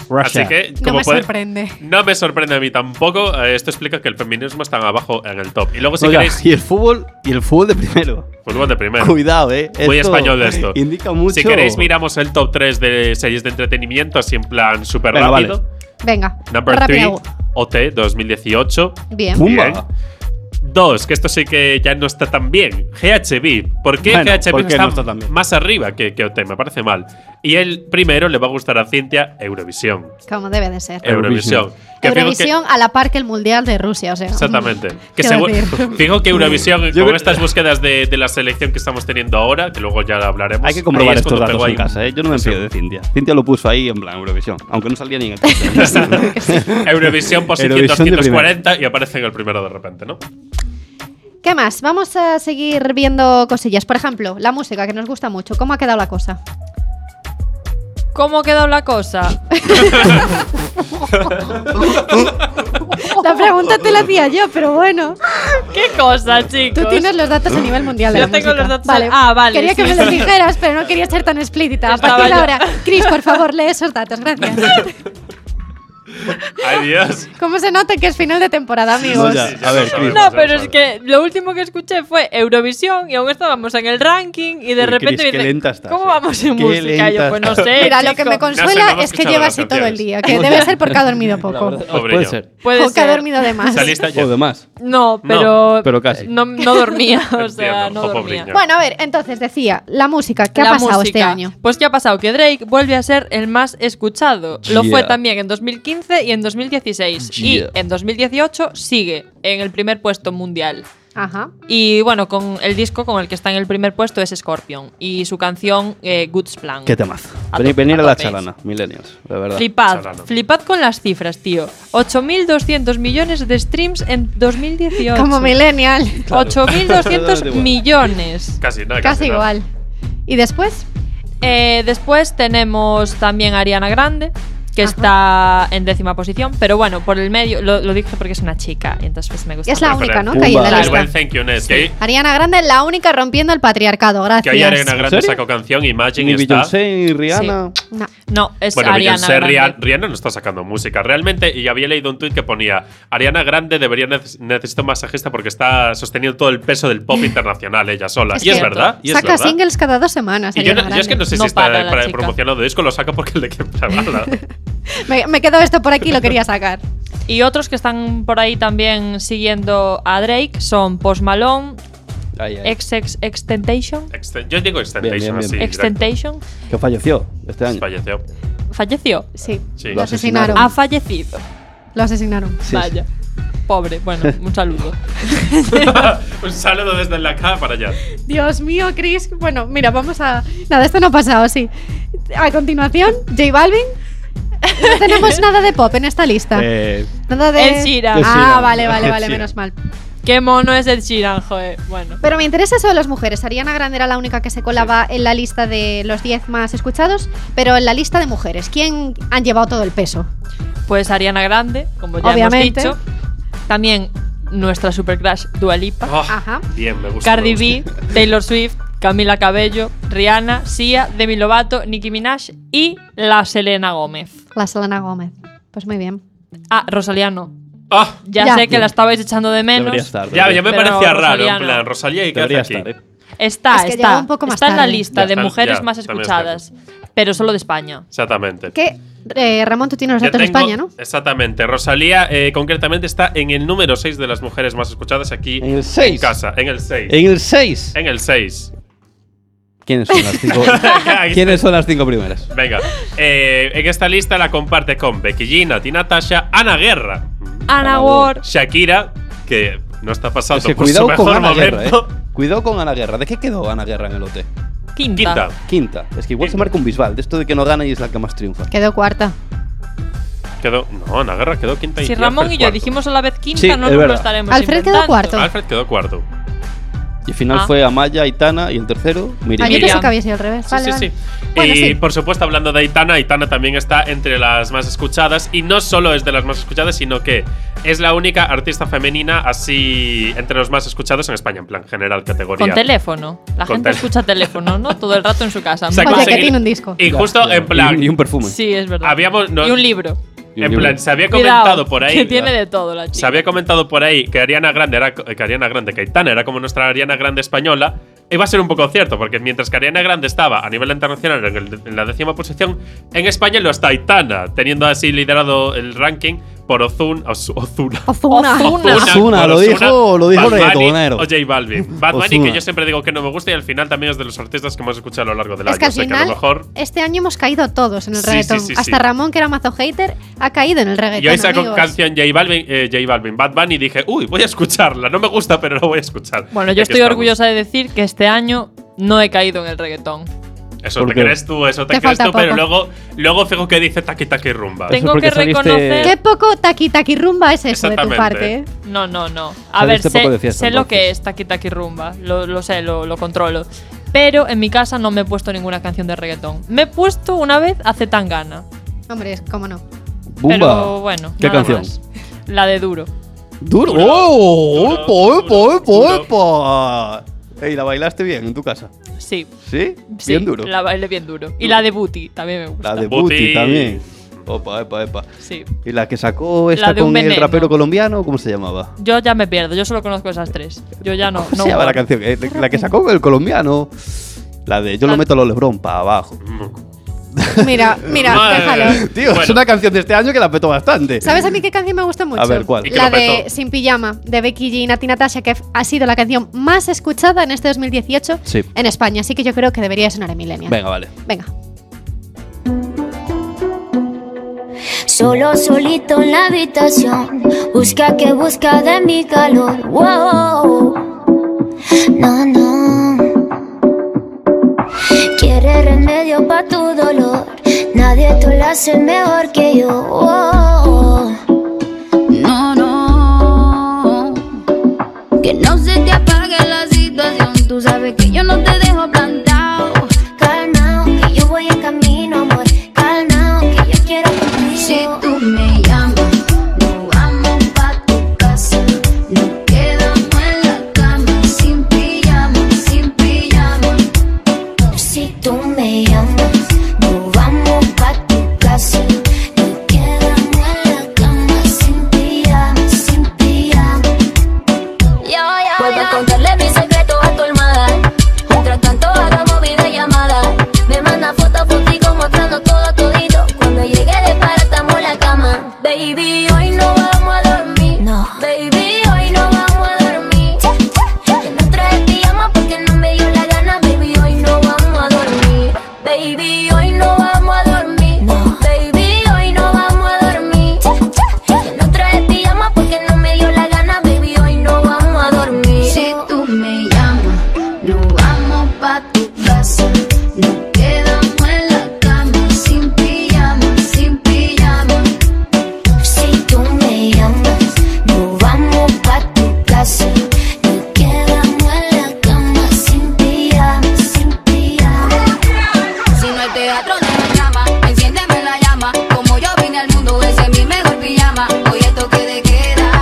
F: Russia.
G: Así que,
B: No
G: como
B: me
G: puede-
B: sorprende.
G: No me sorprende a mí tampoco. Eh, Esto explica que el feminismo está abajo en el top. Y luego, si
F: Oiga,
G: queréis,
F: y el fútbol. Y el fútbol de primero.
G: fútbol de primero.
F: Cuidado, eh.
G: Muy español esto.
F: Indica mucho.
G: Si queréis, miramos el top 3 de series de entretenimiento, así en plan súper
F: Venga,
G: rápido.
B: Venga,
G: Number 3,
B: rápido.
G: OT 2018.
B: Bien.
F: Pumba.
G: 2, que esto sí que ya no está tan bien. GHB. ¿Por qué
F: Bueno,
G: GHB
F: ¿por qué
G: está,
F: no está tan bien?
G: más arriba que, que OT? Me parece mal. Y el primero le va a gustar a Cintia, Eurovisión.
B: Como debe de ser.
F: Eurovisión.
G: Eurovisión. Eh, Que fijo que-
B: Eurovisión a la par que el Mundial de Rusia, o sea. <laughs>
G: Exactamente. Que
B: ¿Qué
G: segu-
B: va a
G: <laughs>
B: decir?
G: Fijo que Eurovisión, con
F: Yo creo-
G: estas búsquedas de, de la selección que estamos teniendo ahora, que luego ya hablaremos.
F: Hay que comprobar
G: ahí es
F: estos
G: cuando
F: datos
G: pegó
F: en
G: ahí un-
F: casa, ¿eh? Yo no me
G: Sí.
F: fío de Cintia. Cintia lo puso ahí en plan Eurovisión, aunque no salía ni en el
G: <laughs>
F: cartel.
G: Eurovisión por
F: Eurovisión de
G: 240 y aparece en el primero de repente, ¿no?
B: ¿Qué más? Vamos a seguir viendo cosillas. Por ejemplo, la música, que nos gusta mucho. ¿Cómo ha quedado la cosa?
E: ¿Cómo ha quedado la cosa?
F: <laughs>
B: La pregunta te la hacía yo, pero bueno.
E: ¿Qué cosa, chicos?
B: Tú tienes los datos a nivel mundial. de
E: Yo
B: la
E: tengo
B: música.
E: los datos a- ah, vale,
B: Quería que
E: sí.
B: me los dijeras, pero no quería ser tan explícita. A
E: <laughs> Estaba
B: partir de
E: yo.
B: ahora, Chris, por favor, lee esos datos. Gracias.
E: <laughs>
G: Ay, Dios.
B: ¿Cómo se nota que es final de temporada, amigos?
F: No, Pues ya.
G: Sí,
F: A
G: lo
F: ver,
G: sabemos,
F: Chris.
G: ya
E: No,
G: lo
E: pero es
G: sabemos.
E: que lo último que escuché fue Eurovisión y aún estábamos en el ranking y de
F: Uy, Cris,
E: repente me
F: qué
E: dicen,
F: lenta estás,
E: ¿cómo
F: eh?
E: vamos en
F: Qué
E: música?
F: lenta
E: Yo, pues no
F: estás.
E: sé.
B: Mira, lo que
E: chico.
B: me
G: No sé,
B: consuela
G: no hemos
B: es que
G: escuchado
B: lleva
G: las
B: así todo el
G: canciones.
B: día, que debe ser porque ha
E: <laughs>
B: dormido
F: La
B: poco.
F: verdad,
G: Pobre
F: puede
G: yo.
F: ser. Mm.
E: Puede
B: o que ha
E: ser.
B: dormido de más.
G: Saliste este ayer.
F: O de más.
E: No, pero.
F: pero casi.
E: No, no
F: <laughs>
E: dormía, o sea,
G: Entiendo,
E: no
G: ojo,
E: dormía.
G: briña.
B: Bueno, a ver, entonces decía, la música, ¿qué
E: La
B: ha pasado este
E: música.
B: año?
E: Pues ¿qué ha pasado? Que Drake vuelve a ser el más escuchado. Lo
F: Yeah.
E: fue también en 2015 y en 2016.
F: Yeah.
E: Y en 2018 sigue en el primer puesto mundial.
B: Ajá.
E: Y bueno, con el disco con el que está en el primer puesto es Scorpion y su canción eh, Goods Plan.
F: Qué temazo.
E: A
F: Venid,
E: tope,
F: venid a
E: a
F: la
E: tope.
F: chalana, millennials, de verdad.
E: Flipad,
G: Chalano.
E: flipad con las cifras, tío. 8.200 millones de streams en 2018.
B: Como millennial.
G: <laughs>
F: Totalmente
E: 8.200
F: igual.
E: millones.
G: Casi nada.
B: Casi
G: nada.
B: igual. ¿Y después?
E: Eh, después tenemos también a Ariana Grande, que
B: Ajá.
E: está en décima posición, pero bueno, por el medio, lo, lo dije porque es una chica, y entonces pues, me gusta.
B: Es la
E: más.
B: única, ¿no?
F: Pumba.
B: Que hay en la
F: Vale,
G: Pues El
B: lista.
G: buen thank you, Ness. Que, ahí-
B: Ariana Grande, la única rompiendo el patriarcado. Gracias.
G: que ahí Ariana Grande
F: ¿En serio?
G: sacó canción, Imagine
F: Ni
G: y está.
F: Beyoncé, ni Rihanna.
B: No.
E: No, es
G: Bueno,
E: Ariana
G: Beyoncé, Ria-
E: Grande.
G: Rihanna, no está sacando música realmente. Y había leído un tuit que ponía: Ariana Grande debería neces- necesitar un masajista porque está sosteniendo todo el peso del pop internacional ella sola.
E: Es
G: y es
E: cierto.
G: verdad. Y es
B: Saca
G: verdad.
B: singles cada dos semanas.
G: Y yo, no-
B: Ariana
G: yo es que no
B: Grande.
G: sé si
E: No
G: está
E: para la
G: pra-
E: chica.
G: promocionando disco, lo saca porque le quiere
E: <laughs>
G: grabarla.
B: me, me quedo esto por aquí, lo quería sacar.
E: Y otros que están por ahí también siguiendo a Drake son Post Malone,
F: Ay, ay.
E: XX Extentation,
G: Exten- yo digo Extentation
F: Bien, bien, bien.
G: así. directo.
E: Extentation,
F: que falleció este año.
G: Falleció. <laughs>
E: falleció.
B: Sí.
G: Sí.
B: Lo
F: Lo
B: asesinaron. Ah,
F: asesinaron.
E: Ha fallecido.
B: Lo asesinaron.
F: Sí,
E: Vaya. Pobre,
B: <laughs>
E: bueno, un saludo.
G: un saludo desde la K para allá.
B: Dios mío, Chris. Bueno, mira, vamos a. Nada, esto no ha pasado, sí. A continuación, J Balvin. No tenemos
F: <laughs>
B: nada de pop en esta lista.
F: Eh,
B: nada de.
E: Ed Sheeran.
F: Ed
B: Ah,
F: Sheeran.
B: vale, vale,
F: Ed
B: vale,
F: Sheeran.
B: menos mal.
E: Qué mono es el Sheeran, joe. Bueno.
B: Pero me interesa eso de las mujeres. Ariana Grande era la única que se colaba en la lista de los 10 más escuchados, pero en la lista de mujeres, ¿quién han llevado todo el peso?
E: Pues Ariana Grande, como ya
B: Obviamente.
E: hemos dicho. También nuestra supercrash Dua Lipa,
G: Oh,
B: Ajá.
G: Bien, me gusta.
E: Cardi
G: me
E: B,
G: gusta.
E: Taylor Swift, Camila Cabello, Rihanna, Sia, Demi Lovato, Nicki Minaj y la Selena Gómez.
B: La Selena Gómez. Pues muy bien.
E: Ah, Rosalía no.
G: Ah,
E: Ya,
B: Ya.
E: sé que la estabais echando de menos.
F: debería estar.
G: ya, ya
F: debería-
G: me
E: Pero
G: parecía raro. En
E: Rosalía no.
G: plan, Rosalía y qué hace
F: debería
G: aquí.
F: estar, eh.
E: Está,
B: Es que
E: está.
B: llega un poco más
E: está en la
B: tarde.
E: lista
G: Ya
E: de
G: está,
E: mujeres
G: ya,
E: más
G: también está.
E: escuchadas, pero solo de España.
G: Exactamente.
B: Que, eh, Ramón, tú tienes los
G: Yo
B: datos de
G: tengo-
B: España, ¿no?
G: Exactamente. Rosalía, eh, concretamente, está en el número 6 de las mujeres más escuchadas aquí
F: En el 6.
G: casa. En el 6.
F: En el 6.
G: En
F: <laughs>
G: el 6.
F: ¿Quiénes son las cinco?
G: <laughs>
F: ¿Quiénes son las cinco primeras?
G: Venga. Eh, en esta lista la comparte con Becky G, Nati Natasha, Ana Guerra,
E: Ana
F: favor.
E: Ward.
G: Shakira, que no está pasando
F: Es que
G: por su
F: cuidado con
G: Pues mejor
F: Ana Guerra, eh.
G: momento.
F: Cuidado con Ana Guerra. ¿De qué quedó Ana Guerra en el OT?
E: Quinta.
G: Quinta.
F: Quinta. Es que igual se marca un bisbal. De esto de que no gana y es la que más triunfa.
B: Quedó cuarta.
G: Quedó, no, Ana Guerra quedó quinta y
E: Si
G: y
E: Ramón
G: Alfred
E: y yo
G: cuarto.
E: dijimos a la vez quinta,
F: Sí,
E: no
F: es
E: nos lo
F: verdad.
E: estaremos
B: Alfred quedó
E: inventando.
B: cuarto.
G: Alfred quedó cuarto.
F: Y al final
E: Ah.
F: fue Amaya, Aitana y el tercero,
B: Ah, yo
F: Miriam.
B: pensé
E: Miriam.
B: que había sido al revés.
G: Sí,
B: Vale,
G: sí,
B: vale.
G: sí.
B: Bueno,
G: y
B: sí.
G: por supuesto, hablando de Aitana, Aitana también está entre las más escuchadas. Y no solo es de las más escuchadas, sino que es la única artista femenina así entre los más escuchados en España, en plan general, categoría.
E: Con teléfono. La
G: Con
E: gente
G: tel-
E: escucha teléfono, ¿no? Todo el rato en su casa.
G: O sea,
E: Vale.
B: Oye, que
G: conseguir-
B: tiene un disco.
G: Y justo en plan.
F: Y, un perfume.
E: Sí, es verdad.
G: Habíamos- no-
E: y un libro.
F: Y un
G: en
F: libro.
G: plan, se había
E: Cuidado,
G: comentado por ahí.
E: Que tiene de todo la
G: Se
E: chica.
G: había comentado por ahí que Ariana Grande era co- que Ariana Grande, que Aitana era como nuestra Ariana Grande española. Iba a ser un poco cierto, porque mientras que Ariana Grande estaba a nivel internacional en, el- en la décima posición, en España lo está Aitana, teniendo así liderado el ranking por Ozun, Oz- Ozuna.
B: Ozuna.
E: Ozuna.
F: Ozuna,
G: por
F: lo dijo- lo dijo
G: Bad Bunny
F: reggaetonero.
G: O J Balvin. Bad Bunny,
F: Ozuna.
G: que yo siempre digo que no me gusta y al final también es de los artistas que hemos escuchado a lo largo del
B: Es
G: año.
B: que al
G: o sea,
B: final,
G: a lo mejor.
B: este año hemos caído todos en el
G: Sí, sí,
B: reggaetón.
G: sí, sí.
B: Hasta Ramón, que era mazo hater, ha caído en el reggaetón.
G: Y hoy saco
B: amigos.
G: canción J Balvin, eh, J Balvin, Bad Bunny y dije, uy, voy a escucharla. No me gusta, pero la voy a escuchar.
E: Bueno,
G: Y aquí
E: yo estoy
G: estamos.
E: orgullosa de decir que este año no he caído en el reggaetón.
G: Eso
F: ¿Por
G: te
F: qué?
G: crees tú, eso te,
B: Te
G: crees
B: falta
G: tú,
B: poco.
G: pero luego, luego fijo que dice taqui taqui rumba.
E: Tengo
F: porque
E: que
F: saliste-
E: reconocer-
B: Qué poco taqui taqui rumba es eso de tu
G: Exactamente.
B: parte. ¿eh?
E: No, no, no. A
F: Saliste
E: ver, sé,
F: poco de fiesta,
E: sé lo
F: entonces.
E: que es taqui taqui rumba. Lo, lo sé, lo, lo controlo. Pero en mi casa no me he puesto ninguna canción de reggaetón. Me he puesto una vez hace tan gana.
B: Hombre, es- cómo no.
F: Bumba.
E: Pero bueno.
F: ¿Qué
E: nada
F: canción?
E: más. <laughs> La de Duro.
F: Duro.
G: Duro,
F: ¡Oh!
G: duro,
F: ¡Opa,
G: duro,
F: opa,
G: duro.
F: opa, opa! Ey, ¿la bailaste bien en tu casa?
E: Sí.
F: ¿Sí?
E: sí,
F: bien duro.
E: La bailé bien duro. Y la de Booty también me gusta.
F: La de
G: Buti.
F: Buti también. Opa, epa, epa.
E: Sí.
F: Y la que sacó esta
E: La de un
F: con el
E: veneno.
F: rapero colombiano, ¿cómo se llamaba?
E: Yo ya me pierdo, yo solo conozco esas tres. Yo ya no.
F: ¿Cómo <laughs>
E: no
F: se llama la
E: guardo.
F: canción? Eh, La que sacó el colombiano. La de Yo
E: La-
F: lo meto a los Lebron para abajo. <laughs>
B: Mira, mira,
G: Madre.
B: déjalo.
F: Tío, es
G: Bueno.
F: una canción de este año que la petó bastante.
B: ¿Sabes a mí qué canción me gusta mucho?
F: A ver, ¿cuál?
G: ¿Y qué
B: La
G: lo
B: de
G: petó?
B: Sin Pijama, de Becky G y Nati Natasha, que ha sido la canción más escuchada en este 2018
F: Sí.
B: en España. Así que yo creo que debería sonar en Millennium.
F: Venga, vale.
B: Venga.
H: Solo solito en la habitación, busca que busca de mi calor. Wow, no, no. Quiere remedio para tu dolor, nadie te lo hace mejor que yo. Wow.
C: No, no. Que no se te apague la situación. Tú sabes que yo no te dejo plantado.
H: Calmao, que yo voy en camino, amor. Calmao, que yo quiero contigo.
I: Puedo contarle mi secreto a tu hermana. Mientras tanto hagamos videollamada. Me manda foto, fotico mostrando todo todito. Cuando llegue desbaratamos la cama. Baby, hoy no vamos a dormir.
H: No.
I: Baby, hoy no vamos a dormir. Que no traes pijama porque no me dio la gana. Baby, hoy no vamos a dormir. Baby, hoy no vamos a dormir.
H: No.
I: Baby, hoy no vamos a dormir. Que no traes pijama porque no me dio la gana. Baby, hoy no vamos a dormir.
C: Si tú me llamas, nos vamos pa' tu casa. Nos quedamos en la cama, sin pijama, sin pijama.
H: Si tú me llamas, nos vamos pa' tu casa. Nos quedamos en la cama sin pijama, sin pijama.
I: Si no el teatro no me llama, enciéndeme la llama. Como yo vine al mundo, ese es mi mejor pijama. Hoy esto que de queda,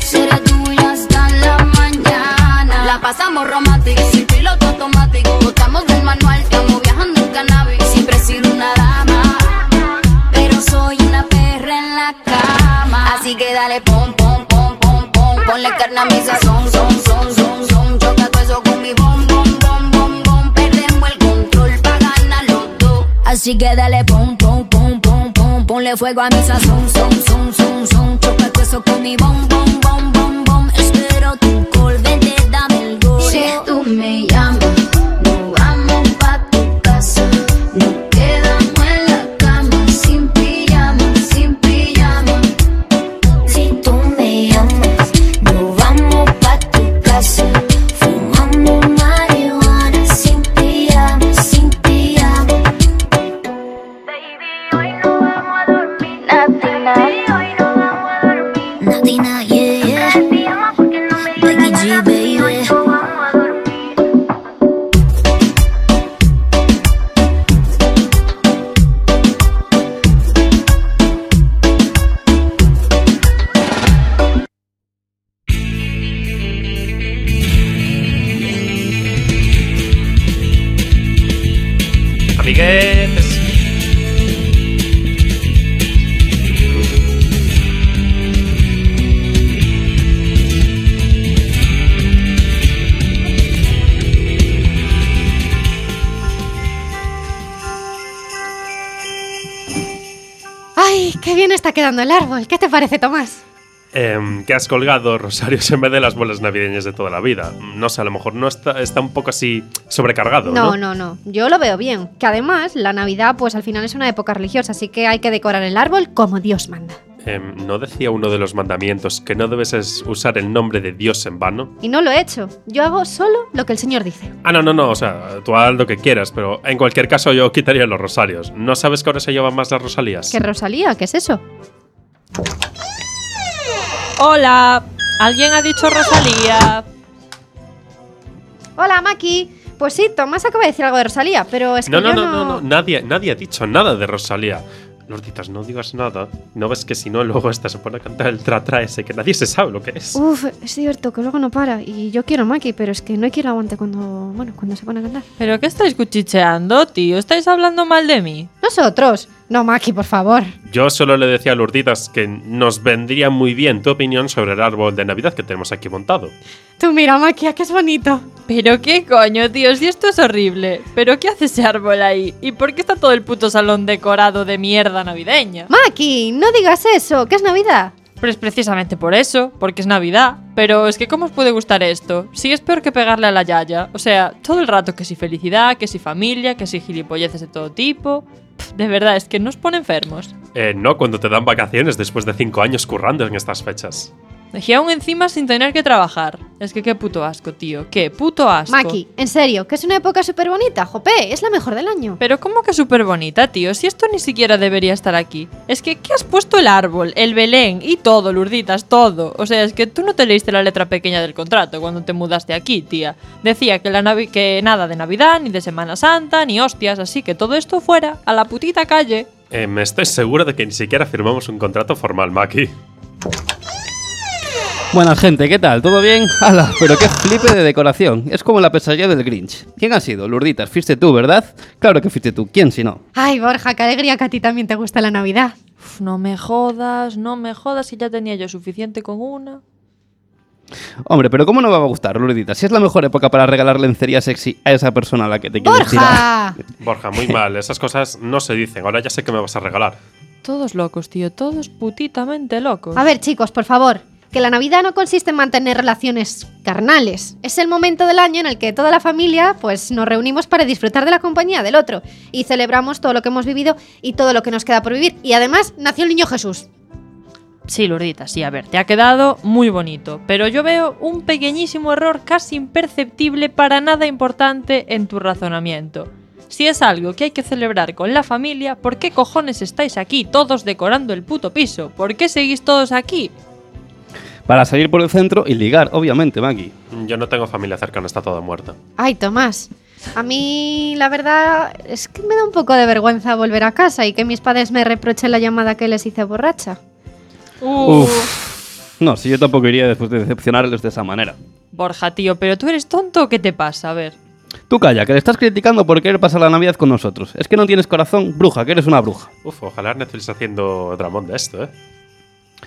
I: seré tuya hasta la mañana. La pasamos romántica, sin piloto automático. Botamos del manual, estamos viajando en cannabis. Siempre he sido una dama, pero soy una perra en la cama. Así que dale pom, pom, pom, pom, pom. Ponle carne a mi sazón, son, son, son, son. Choca todo eso con mi bom, bom, bom, bom, bom. Perdemos el control pa' ganar los dos. Así que dale pom, pom, pom, pom, pom. Ponle fuego a mi sazón, son, son, son, son. Choca todo eso con mi bom, bom, bom, bom, bom. Espero tu call, vente, dame el gol.
C: Si tú me llamas, nos vamos pa' tu casa. Nos quedamos en la cama, sin pijama, sin pijama.
H: Si tú me llamas, nos vamos pa' tu casa. Fumamos marihuana sin pijama, sin pijama.
I: Nadina, yeah, yeah. Becky G, baby.
G: Amiguetes.
B: ¡Ay, qué bien está quedando el árbol! ¿Qué te parece, Tomás?
G: Em, que has colgado rosarios <laughs> en vez de las bolas navideñas de toda la vida. No sé, a lo mejor no está, está un poco así sobrecargado. No,
B: No, no, no. Yo lo veo bien. Que además, la Navidad, pues al final es una época religiosa, así que hay que decorar el árbol como Dios manda.
G: Em, ¿no decía uno de los mandamientos que no debes es usar el nombre de Dios en vano.
B: Y no lo he hecho. Yo hago solo lo que el Señor dice.
G: Ah, no, no, no, o sea, tú haz lo que quieras, pero en cualquier caso yo quitaría los rosarios. ¿No sabes que ahora se llevan más las rosalías?
B: ¿Qué Rosalía? ¿Qué es eso?
E: Hola, alguien ha dicho Rosalía.
B: Hola, Maki. Pues sí, Tomás acaba de decir algo de Rosalía, pero es que
G: no,
B: yo
G: no, no, no, no, nadie, nadie ha dicho nada de Rosalía. Lorditas, no digas nada. ¿No ves que si no, luego esta se pone a cantar el tra-tra ese que nadie se sabe lo que es?
B: Uf, es cierto que luego no para. Y yo quiero Maki, pero es que no hay quien lo aguante cuando, bueno, cuando se pone a cantar.
E: ¿Pero qué estáis cuchicheando, tío? ¿Estáis hablando mal de mí?
B: Nosotros. No, Maki, por favor.
G: Yo solo le decía a Lurditas que nos vendría muy bien tu opinión sobre el árbol de Navidad que tenemos aquí montado.
B: Tú mira, Maki, ¿a qué es bonito.
E: ¿Pero qué coño, tío? Si esto es horrible. ¿Pero qué hace ese árbol ahí? ¿Y por qué está todo el puto salón decorado de mierda navideña?
B: Maki, no digas eso, que es Navidad.
E: Pero es precisamente por eso, porque es Navidad. Pero es que ¿cómo os puede gustar esto? Si es peor que pegarle a la yaya. O sea, todo el rato que si felicidad, que si familia, que si gilipolleces de todo tipo. Pff, de verdad, es que nos pone enfermos.
G: Eh, no cuando te dan vacaciones después de cinco años currando en estas fechas.
E: Y aún encima sin tener que trabajar. Es que qué puto asco, tío. Qué puto asco.
B: Maki, en serio, que es una época súper bonita, jope, es la mejor del año.
E: Pero ¿cómo que súper bonita, tío? Si esto ni siquiera debería estar aquí. Es que, ¿qué has puesto el árbol, el Belén y todo, Lurditas, todo? O sea, es que tú no te leíste la letra pequeña del contrato cuando te mudaste aquí, tía. Decía que, la navi- que nada de Navidad, ni de Semana Santa, ni hostias, así que todo esto fuera, a la putita calle.
G: Eh, me estoy seguro de que ni siquiera firmamos un contrato formal, Maki.
F: Buena gente, ¿qué tal? ¿Todo bien? ¡Hala! Pero qué flipe de decoración. Es como la pesadilla del Grinch. ¿Quién ha sido? Lurditas, fuiste tú, ¿verdad? Claro que fuiste tú. ¿Quién si no?
B: Ay, Borja, qué alegría que a ti también te gusta la Navidad.
E: Uf, no me jodas, no me jodas, que ya tenía yo suficiente con una.
F: Hombre, pero ¿cómo no me va a gustar, Lourdita? Si es la mejor época para regalar lencería sexy a esa persona a la que te quieres tirar.
B: ¡Borja!
G: Borja,
B: <laughs>
G: muy mal. Esas cosas no se dicen. Ahora ya sé que me vas a regalar.
E: Todos locos, tío. Todos putitamente locos.
B: A ver, chicos, por favor, que la Navidad no consiste en mantener relaciones carnales. Es el momento del año en el que toda la familia pues, nos reunimos para disfrutar de la compañía del otro y celebramos todo lo que hemos vivido y todo lo que nos queda por vivir. Y además nació el niño Jesús.
E: Sí, Lourdita, sí, a ver, te ha quedado muy bonito, pero yo veo un pequeñísimo error casi imperceptible para nada importante en tu razonamiento. Si es algo que hay que celebrar con la familia, ¿por qué cojones estáis aquí todos decorando el puto piso? ¿Por qué seguís todos aquí?
F: Para salir por el centro y ligar, obviamente, Maggie.
G: Yo no tengo familia cercana, está toda muerta.
B: Ay, Tomás. A mí, la verdad, es que me da un poco de vergüenza volver a casa y que mis padres me reprochen la llamada que les hice borracha.
E: Uh,
F: Uf. No, si yo tampoco iría después de decepcionarles de esa manera.
E: Borja, tío, pero tú eres tonto o qué te pasa? A ver.
F: Tú calla, que le estás criticando por querer pasar la Navidad con nosotros. Es que no tienes corazón, bruja, que eres una bruja.
G: Uf, ojalá Netflix haciendo dramón de esto, ¿eh?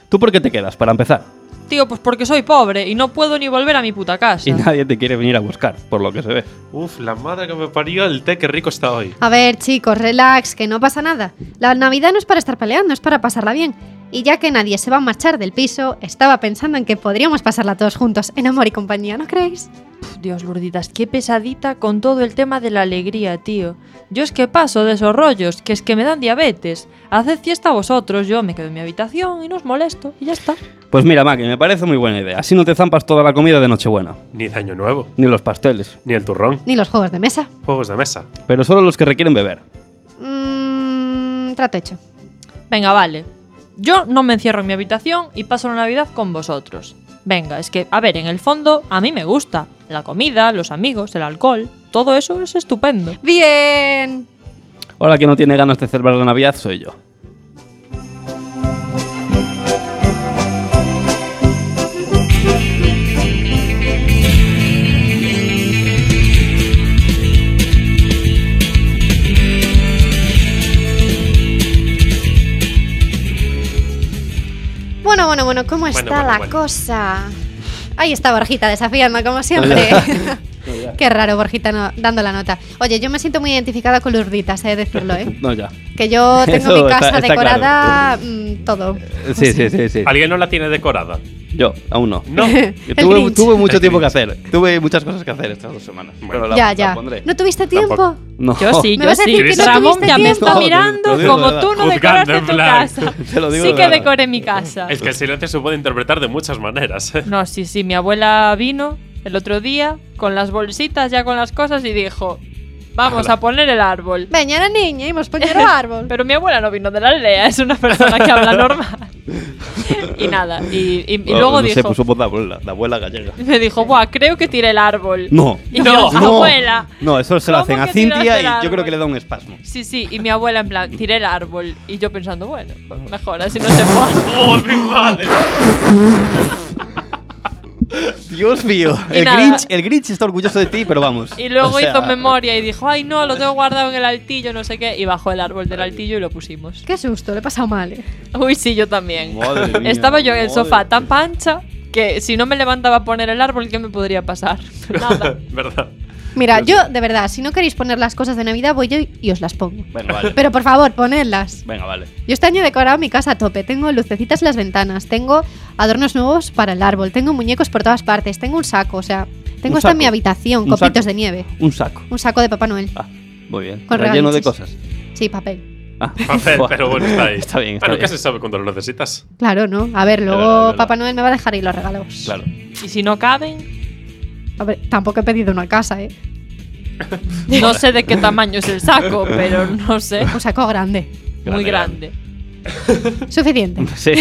F: ¿Tú por qué te quedas, para empezar?
E: Tío, pues porque soy pobre y no puedo ni volver a mi puta casa.
F: Y nadie te quiere venir a buscar, por lo que se ve.
G: Uf, la madre que me parió, el té que rico está hoy.
B: A ver, chicos, relax, que no pasa nada. La Navidad no es para estar peleando, es para pasarla bien. Y ya que nadie se va a marchar del piso, estaba pensando en que podríamos pasarla todos juntos, en amor y compañía, ¿no creéis?
E: Pf, Dios, Lourditas, qué pesadita con todo el tema de la alegría, tío. Yo es que paso de esos rollos, que es que me dan diabetes. Haced fiesta vosotros, yo me quedo en mi habitación y no os molesto, y ya está.
F: Pues mira, Maggie, me parece muy buena idea. Así no te zampas toda la comida de Nochebuena,
G: Ni de año nuevo,
F: ni los pasteles,
G: ni el turrón.
B: Ni los juegos de mesa.
G: Juegos de mesa.
F: pero solo los que requieren beber.
B: Mmm. Trato hecho.
E: Venga, vale. Yo no me encierro en mi habitación y paso la Navidad con vosotros. Venga, es que, a ver, en el fondo, a mí me gusta. La comida, los amigos, el alcohol, todo eso es estupendo.
B: Bien.
F: Ahora que no tiene ganas de celebrar la Navidad, soy yo.
B: Bueno, bueno, bueno, ¿cómo
G: Bueno,
B: está
G: bueno,
B: la
G: bueno.
B: cosa? Ahí está Borjita desafiando, como siempre. <laughs> Qué raro, Borjita no- dando la nota. Oye, yo me siento muy identificada con Lurditas, he de decirlo, ¿eh?
F: No, ya.
B: Que yo tengo
F: Eso
B: mi
F: está-
B: casa
F: está
B: decorada mm, todo.
F: Eh, Sí, sí, sí, sí.
G: ¿Alguien no la tiene decorada?
F: Yo, aún no. <laughs>
G: No.
F: Que tuve,
B: Grinch.
F: tuve mucho tiempo que hacer. Tuve muchas cosas que hacer estas dos semanas.
G: Bueno.
F: Pero la-
B: ya,
F: la
B: ya.
F: pondré.
B: ¿No tuviste tiempo?
G: Tampoco.
F: No.
E: Yo sí,
B: ¿Me
E: yo
B: vas a
E: sí.
B: decir
G: que no
E: Ramón
B: tuviste
E: ya me
B: tiempo?
E: está
F: No, te- te
E: mirando
F: lo digo de
E: como
F: verdad.
E: tú no
G: Juzgando
E: decoraste
G: en
E: tu
G: blanco.
E: casa.
F: <laughs> Te <laughs> lo digo
E: sí
F: de
E: que
F: verdad.
E: decoré mi casa.
G: Es que el silencio se puede interpretar de muchas maneras. ¿eh?
E: No, sí, sí, mi abuela vino el otro día con las bolsitas, ya con las cosas, y dijo, vamos
G: Ala.
E: a poner el árbol.
B: Veña era niña, íbamos poñer o árbol.
E: Pero mi abuela no vino de la aldea, es una persona que habla
F: <laughs>
E: normal. y nada, y, y- y
F: No,
E: luego
F: Ah, no
E: dijo,
F: sé, puso voz de abuela, de abuela gallega.
E: me dijo, buah, creo que tiré el árbol.
F: No.
E: Y yo, "Ah, abuela.
F: No, eso se lo
E: ¿cómo
F: hacen a
E: que tiraste
F: Cintia
E: el
F: y yo creo
E: árbol?
F: que le da un espasmo.
E: Sí, sí, y mi abuela en plan, tiré el árbol. Y yo pensando, bueno, pues mejor, así no se pone.
F: <laughs>
G: <laughs> ¡Oh, mi madre!
F: Dios mío,
E: Y
F: el
E: nada.
F: Grinch, el Grinch está orgulloso de ti, pero vamos.
E: Y luego
F: o sea,
E: hizo memoria y dijo, ay no,
F: <laughs>
E: lo tengo guardado en el altillo, no sé qué. Y bajó el árbol del altillo y lo pusimos.
B: Qué susto, le he pasado mal. eh.
E: Uy, sí, yo
B: <laughs>
E: también.
F: madre mía,
E: Estaba yo en el
F: madre
E: sofá
F: mía.
E: tan pancha que si no me levantaba a poner el árbol, ¿qué me podría pasar? Nada.
G: ¿Verdad?
B: Mira, yo, de verdad, si no queréis poner las cosas de Navidad, voy yo y os las pongo.
F: Venga, vale.
B: Pero por favor, ponedlas.
F: Venga, vale.
B: Yo este año he decorado mi casa a tope. Tengo lucecitas en las ventanas, tengo adornos nuevos para el árbol, tengo muñecos por todas partes, tengo un saco, o sea, tengo
F: Un
B: hasta en
F: saco.
B: mi habitación,
F: Un
B: copitos
F: saco.
B: de nieve,
F: Un saco.
B: un saco de Papá Noel.
F: Ah, muy bien.
B: Con
F: Relleno de
B: regalitos.
F: <laughs> cosas.
B: Sí, papel.
F: Ah.
G: Papel,
F: Buah.
G: pero bueno, está ahí.
F: Está bien, está
G: Bueno,
F: bien.
G: ¿qué se sabe cuando lo necesitas?
B: Claro, ¿no? A ver, luego
F: Claro, claro.
B: Papá Noel me va a dejar ahí los regalos.
F: Claro.
E: Y si no caben,
B: A ver, tampoco he pedido una casa, ¿eh?
E: no sé de qué tamaño es el saco, pero no sé.
B: Un saco
F: <laughs>
B: grande.
E: Muy
F: Grande,
E: grande.
B: Suficiente.
F: <laughs>
B: <laughs>
F: Sí.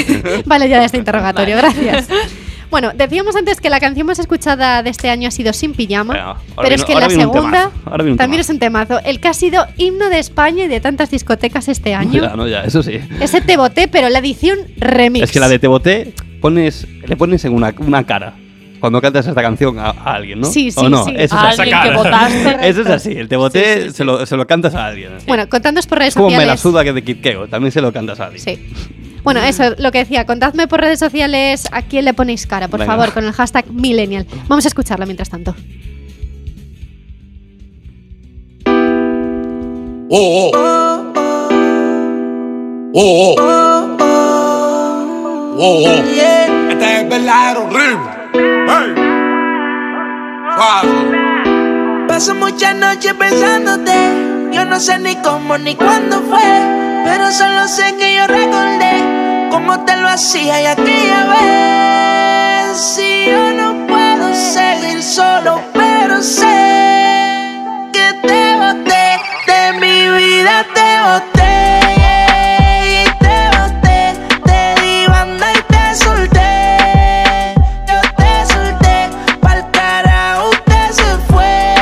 B: Vale, ya de este interrogatorio,
E: Vale.
B: gracias. Bueno, decíamos antes que la canción más escuchada de este año ha sido Sin Pijama,
F: Venga, ahora
B: pero
F: viene-
B: es que
F: ahora
B: la
F: viene un
B: segunda
F: temazo, ahora viene un
B: también es
F: temazo.
B: un temazo, el que ha sido himno de España y de tantas discotecas este
F: Ya,
B: año.
F: no, ya, eso sí.
B: Ese Te Boté, pero la edición remix.
F: Es que la de Te Boté pones, le pones en una, una cara cuando cantas esta canción a, a alguien, ¿no?
B: Sí, sí,
F: ¿O no?
B: sí.
F: Eso
E: A
F: es así.
E: alguien que
G: sacar.
E: votaste.
F: Eso es así. El Te Boté Se, lo, se lo cantas a alguien.
B: Pues, Bueno, contándonos por redes
F: es como me
B: sociales.
F: la suda que de Kid Keo, también se lo cantas a alguien.
B: Sí. Bueno, eso, lo que decía, contadme por redes sociales a quién le ponéis cara, por
F: Venga.
B: favor, con el hashtag millennial. Vamos a escucharla mientras tanto.
J: Esta Este es verdadero horrible. Hey. Paso muchas noches pensándote. Yo no sé ni cómo ni cuándo fue. Pero solo sé que yo recordé cómo te lo hacía y aquella vez. Si yo no puedo seguir solo, pero sé que te boté, de mi vida te boté. Y te boté, te di banda y te solté. Yo te solté, pa'l carajo usted se fue.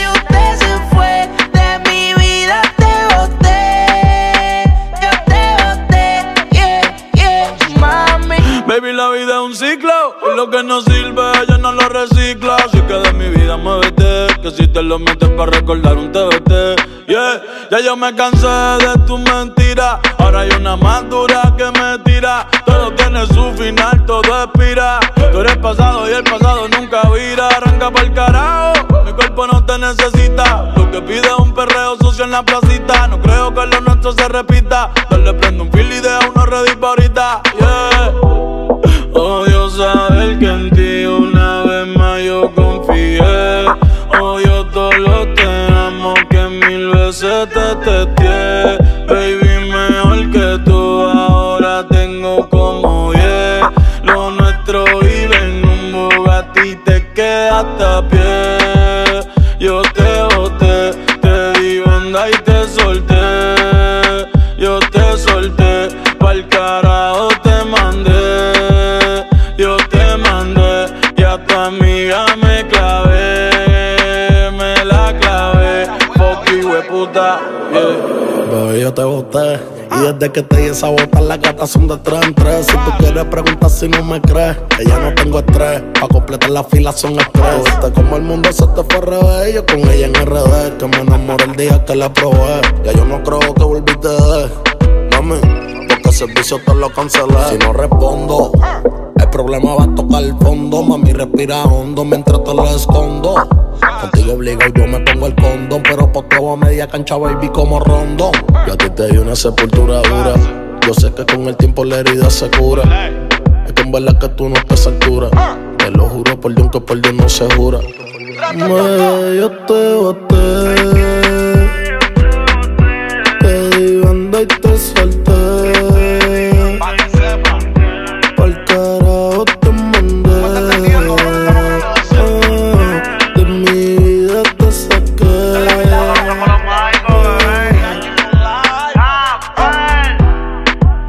J: Y usted se fue, de mi vida te boté. Yo te boté, yeah, yeah, mami.
K: Baby, la vida es un ciclo y lo que no sirve ella no lo recicla. Así que de mi vida muévete, que si te lo metes para recordar un TBT. Yeah, ya yo me cansé de tus mentiras. Ahora hay una más dura que me tira. Todo tiene su final, todo expira. Tú eres pasado y el pasado nunca vira. Arranca para el carajo, mi cuerpo no te necesita. Lo que pide es un perreo sucio en la placita. No creo que lo nuestro se repita. Dale, prende un fil y deja uno ready pa' ahorita. Yeah. Odio saber que en ti una vez más yo confié. Odio todos los te amo que mil veces te testé. Baby, mejor que tú ahora tengo como diez. Lo nuestro vive en un Bugatti y te queda hasta pie. Yo te boté, te di banda y te solté. Yo te solté, pa'l carajo te mandé. Yo te mandé y a tu amiga me clavé. Me la clavé, fuck you, hueputa, yeah.
L: Bebé, yo te boté. Y desde que te di esa bota, las gatas son de tres en tres. Si tú quieres preguntar si no me crees, que ya no tengo estrés. Pa' completar la fila son estrés. Viste como el mundo se te fue al revés. Yo con ella en RD, que me enamoré el día que la probé. Ya yo no creo que volviste de mami, porque el servicio te lo cancelé. Si no respondo, el problema va a tocar el fondo. Mami, respira hondo mientras te lo escondo. Contigo obligado yo me pongo el condón, pero poco a media cancha, baby, como rondón. Yo a ti te di una sepultura dura. Yo sé que con el tiempo la herida se cura. Es que en verdad que tú no estás a esa altura. Te lo juro por Dios que por Dios no se jura. Me, yo te boté. Te di banda y te solté. Pa'l carajo te mandé. Ah, De mi vida te saqué.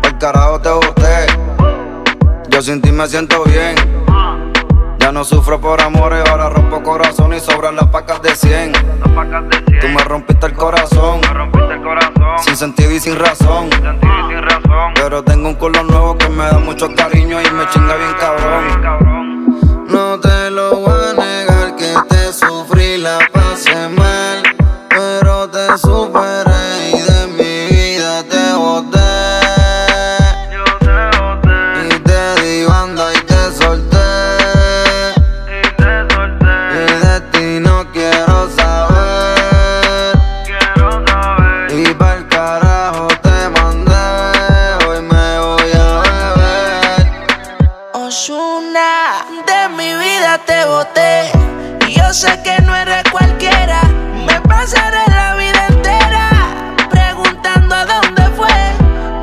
M: Por carajo te boté. Yo sin ti me siento bien. Ya no sufro por amores, ahora rompo corazón y sobran las pacas de 100. Tú me rompiste el corazón. Sin sentido y sin razón. Pero tengo un culo nuevo que me da mucho cariño y me chinga bien cabrón. No te lo voy a negar que te sufrí la pasé mal. Pero te superé y de mi vida te boté. Y te di banda y te solté. Y de ti no quiero saber. Y pa'l carajo te mandé. Hoy me voy a beber.
J: Osuna, de mi vida te boté. Y yo sé que no eres cualquiera. Me pasaré la vida entera preguntando a dónde fue.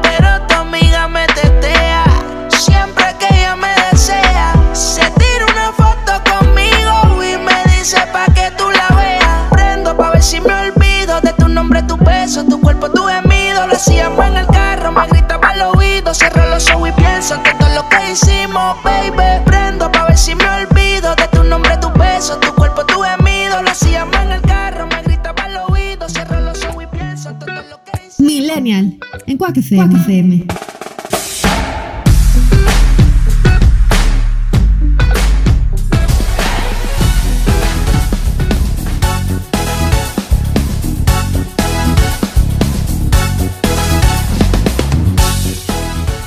J: Pero tu amiga me tetea. Siempre que ella me desea, se tira una foto conmigo y me dice pa' que tú la veas. Prendo pa' ver si me olvido de tu nombre, tu beso, tu cuerpo, tu gemido. Lo hacíamos en el carro, me gritaba al oído. Cierro los ojos y pienso en todo lo que hicimos, baby. Prendo pa' ver si me olvido de tu nombre, tu beso, tu cuerpo, tu gemido. Lo hacíamos en el carro, me gritaba al oído. Cierro los ojos y pienso en todo lo que
D: Millennial, en Quack FM.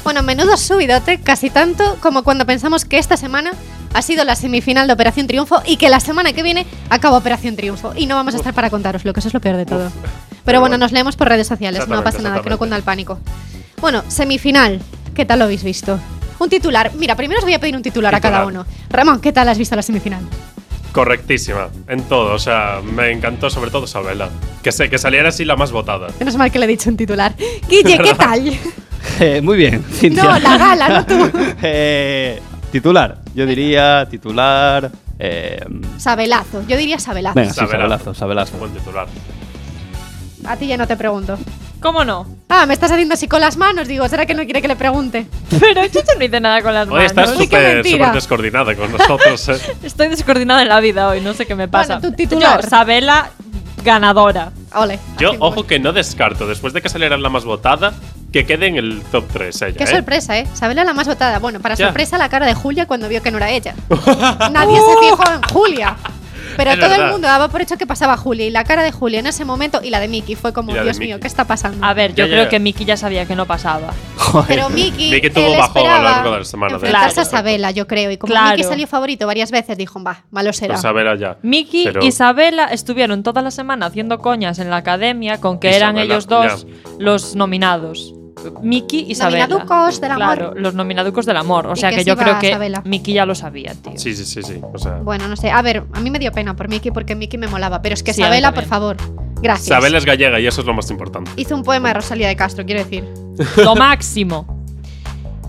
B: Bueno, menudo subidote, casi tanto como cuando pensamos que esta semana ha sido la semifinal de Operación Triunfo y que la semana que viene acaba Operación Triunfo. Y no vamos a estar para contaroslo, que eso es lo peor de todo. Pero bueno, nos leemos por redes sociales, no
N: Exactamente,
B: pasa nada, que no
N: exactamente.
B: cunda el pánico. Bueno, semifinal, ¿qué tal lo habéis visto? Un titular, mira, primero os voy a pedir un titular, a cada uno.
G: Titular.
B: Ramón, ¿qué tal has visto la semifinal?
G: Correctísima, en todo. O sea, me encantó sobre todo esa vela. Que sé, que saliera así la más votada.
B: Menos mal que le he dicho un titular. Guille, ¿qué tal?
F: <laughs>
O: Eh, muy bien, Cintia.
B: No, la gala, no tú.
O: Eh, titular, yo diría titular. Eh,
B: Sabelazo, yo diría sabelazo.
O: venga, sí, sabelazo, sabelazo. Buen
G: titular.
B: A ti ya no te pregunto.
E: ¿Cómo no?
B: Ah, me estás haciendo así con las manos, digo, ¿será que no quiere que le pregunte?
E: Pero yo no hice nada con las
G: Hoy
E: manos.
G: estás
E: Uy, qué
G: súper
E: mentira.
G: súper descoordinada con
F: <laughs>
G: nosotros, eh.
E: Estoy descoordinada en la vida hoy, no sé qué me pasa.
B: Bueno, tu titular.
E: Yo, Sabela, ganadora.
B: Ole.
G: Yo, ojo que no descarto, después de que saliera la más votada, que quede en el top 3 ella,
B: Qué
G: ¿eh?
B: sorpresa, ¿eh? Sabela la más votada. Bueno, para
G: Ya.
B: sorpresa la cara de Julia cuando vio que no era
G: <laughs>
B: ella. Nadie se fijó en Julia. Pero
G: Es
B: todo el
G: verdad.
B: mundo daba por hecho que pasaba Julia y la cara de Julia en ese momento y la de Mickey fue como,
G: Y la de
B: Dios
G: Miki.
B: mío, ¿qué está pasando?
E: A ver, yo
G: Ya, ya,
E: creo
G: ya.
E: que Miki ya sabía que no pasaba.
B: Pero Miki,
G: Vi que tuvo
B: él
G: bajo a lo largo
B: esperaba
G: de la semana. de
B: enfrentarse a
G: hecho.
B: Sabela, yo creo. Y como
E: Claro.
B: Miki salió favorito varias veces, dijo, va, malo será.
G: Pues Sabela ya.
E: Miki
G: Pero-
E: y Sabela estuvieron toda la semana haciendo coñas en la academia con que
G: Y
E: eran
G: Sabela,
E: ellos dos los nominados. Miki y Sabela.
B: Nominaducos del amor.
E: Claro, los nominaducos del amor. O
B: Y
E: sea
B: que
E: que,
B: se
E: yo
B: iba
E: creo que
B: Sabela.
E: Miki ya lo sabía, tío.
G: Sí, sí, sí, sí. O sea,
B: Bueno, no sé. A ver, a mí me dio pena por Miki porque Miki me molaba. Pero es que
E: Sí, a mí
B: Sabela, por
E: también.
B: favor. Gracias.
G: Sabela es gallega y eso es lo más importante.
B: Hizo un poema de Rosalía de Castro, quiero decir.
E: Lo máximo.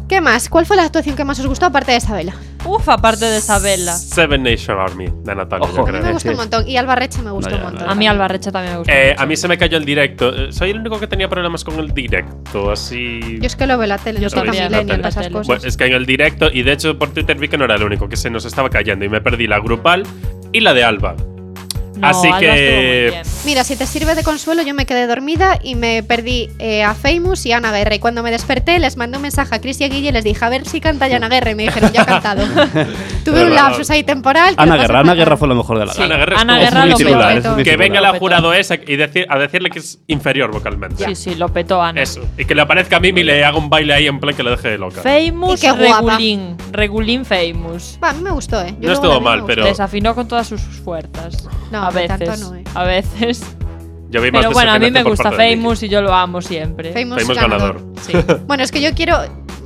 B: ¿Qué más? ¿Cuál fue la actuación que más os gustó aparte de Sabela?
E: Uf, aparte de Sabela.
G: Seven Nation Army de Natalia, yo creo.
B: Me gustó un montón. Y Albarreche me gustó un montón.
E: A mí Albarreche también me gustó.
G: Eh, a mí se me cayó el directo. Eh, Soy el único que tenía problemas con el directo, así.
B: Yo es que lo veo en la tele, yo soy
G: Sabéis,
B: tan
G: la
B: millennial
G: tele.
B: para esas
G: Bueno,
B: cosas.
G: es que en el directo, y de hecho por Twitter vi que no era el único, que se nos estaba cayendo y me perdí la grupal y la de Alba. Así
E: Alba
G: que.
B: Mira, si te sirve de consuelo, yo me quedé dormida y me perdí eh, a Famous y a Ana Guerra. Y cuando me desperté, les mandé un mensaje a Chris y a Guille y les dije, a ver si canta Ana Guerra. Y me dijeron, ya ha
G: <laughs>
B: cantado. Tuve un
F: Verdad.
B: lapsus ahí temporal. que
F: Ana
B: lo pasé
F: Guerra,
B: fatal.
F: Ana Guerra fue lo mejor de la
G: Sí, Ana Guerra,
F: Ana
G: estuvo-
F: Guerra Es mi lo titular, petó. es mi
G: Que
F: titular.
G: venga la
F: Lo petó.
G: jurado esa y decir, a decirle que es inferior vocalmente.
E: Sí, sí, lo petó
B: Ah,
E: Ana.
G: Eso. Y que le aparezca a mí y le haga un baile ahí en plan que le deje loca.
E: Famous
B: Y qué guapa.
E: Regulín. Regulín Famous.
B: Va, a mí me gustó, ¿eh?
G: No estuvo mal, pero
E: Desafinó con todas sus fuerzas.
B: No,
E: a
B: hombre,
E: veces.
B: tanto no, ¿eh?
E: A veces.
G: yo vi más
E: Pero bueno, a mí
G: decepcionante
E: me
G: por
E: gusta
G: parte de
E: Famous y yo lo amo siempre.
B: Famous,
G: Famous
B: ganador.
G: ganador.
E: <laughs>
B: Bueno, es que yo quiero.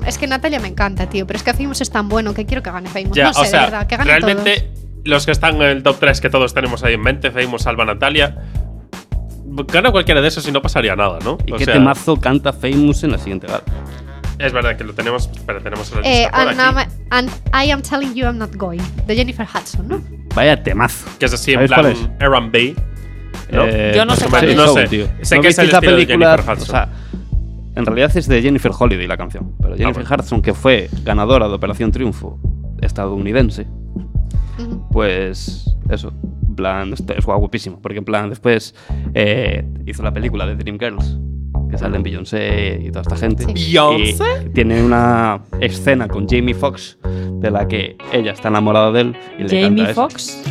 B: Es que Natalia me encanta, tío. Pero es que Famous es tan bueno que quiero que gane Famous.
G: Ya,
B: no sé,
G: o sea,
B: de verdad, que gane
G: realmente
B: todos.
G: los que están en el top 3 que todos tenemos ahí en mente, Famous, Alba, Natalia, gana cualquiera de esos y no pasaría nada, ¿no?
F: ¿Y
G: O
F: qué
G: sea,
F: temazo canta Famous en la siguiente gala?
G: es verdad que lo tenemos, pero tenemos la
B: Eh,
G: lista por
B: and,
G: aquí,
B: I'm- and I am telling you I'm not going. De Jennifer Hudson, ¿no?
F: Vaya temazo.
G: que es así en
F: ¿Sabéis
G: plan
F: cuál es?
G: R&B. ¿no?
F: Eh,
E: Yo no sé cuál es.
G: No
F: Soul,
G: sé.
F: tío.
G: Sé
F: ¿No
G: que es el
F: visteis la
G: estilo de
F: película?
G: Jennifer Hudson.
F: O sea, en realidad es de Jennifer Holiday la canción.
G: Ah,
F: Pero Jennifer Hudson, que fue ganadora de Operación Triunfo estadounidense,
G: <laughs>
F: pues eso. En plan, esto es guapísimo. Porque en plan, después eh, hizo la película de Dreamgirls. Que salen Beyoncé y toda esta gente.
E: Sí.
F: Y
E: ¿Beyoncé?
F: Tiene una escena con Jamie Foxx de la que ella está enamorada de él y le canta
E: Jamie
F: eso.
E: Foxx.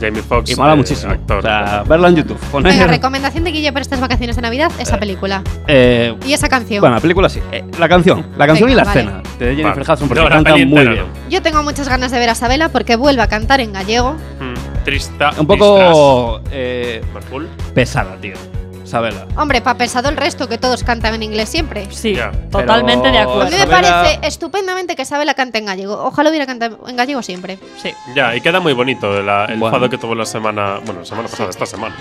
G: Jamie Foxx.
F: Y mola
G: eh,
F: muchísimo. O sea, verla en YouTube. poner-
B: Venga, recomendación de Guille para estas vacaciones de Navidad, esa película.
F: <laughs> eh,
B: Y esa canción.
F: Bueno, la película sí. Eh, la canción. La canción
B: Venga,
F: y la
B: vale.
F: escena de Jennifer
G: Vale.
F: Hudson porque
G: No, la
F: canta
G: peli
F: muy
G: entera,
F: bien.
B: Yo tengo muchas ganas de ver a Sabela porque vuelve a cantar en gallego.
G: Mm, Trista.
F: Un poco, eh,
G: distras. Marful.
F: Pesada, tío. Sabela.
B: Hombre, pa' pesado el resto que todos cantan en inglés siempre.
E: Sí,
F: totalmente Pero de acuerdo.
B: A mí me
F: Sabela-
B: parece estupendamente que Sabela cante en gallego. Ojalá hubiera cantado en gallego siempre.
E: Sí.
G: Ya, y queda muy bonito la- el fado que tuvo la semana. Bueno, la semana pasada, esta semana.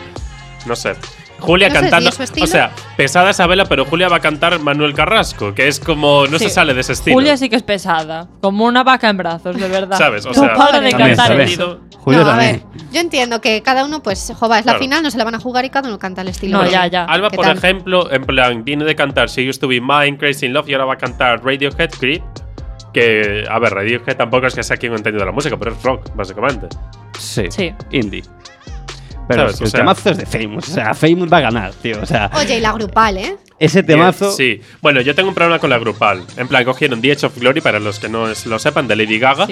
G: No sé. Julia
B: No sé,
G: cantando.
B: ¿y su estilo?
G: o sea, pesada esa vela, pero Julia va a cantar Manuel Carrasco, que es como. No
E: Sí.
G: se sale de ese estilo.
E: Julia sí que es pesada. Como una vaca en brazos, de verdad.
G: ¿Sabes? O
E: No
G: sea,
E: para de
G: También,
E: cantar
G: ¿sabes?
E: eso.
B: no, a ver, yo entiendo que cada uno, pues, jova, es la
G: Pues Claro.
B: final, no se la van a jugar y cada uno canta al estilo.
G: Bueno,
B: de-
G: Alba,
B: ¿Qué
G: por
B: tal?
G: ejemplo, en plan, viene de cantar She Used to Be Mine, Crazy in Love, y ahora va a cantar Radiohead Creep. Que, a ver, Radiohead tampoco es que sea quien ha entendido la música, pero es rock, básicamente.
F: Sí.
E: Sí.
F: Indie. Pero
G: ¿Sabes?
F: es que
G: O
F: el
G: sea-
F: temazo es de Famous. O sea, Famous va a ganar, tío. O sea,
B: Oye, y la grupal, ¿eh?
F: ese temazo.
G: Sí. Bueno, yo tengo un problema con la grupal. En plan, cogieron The Edge of Glory, para los que no es- lo sepan, de Lady Gaga.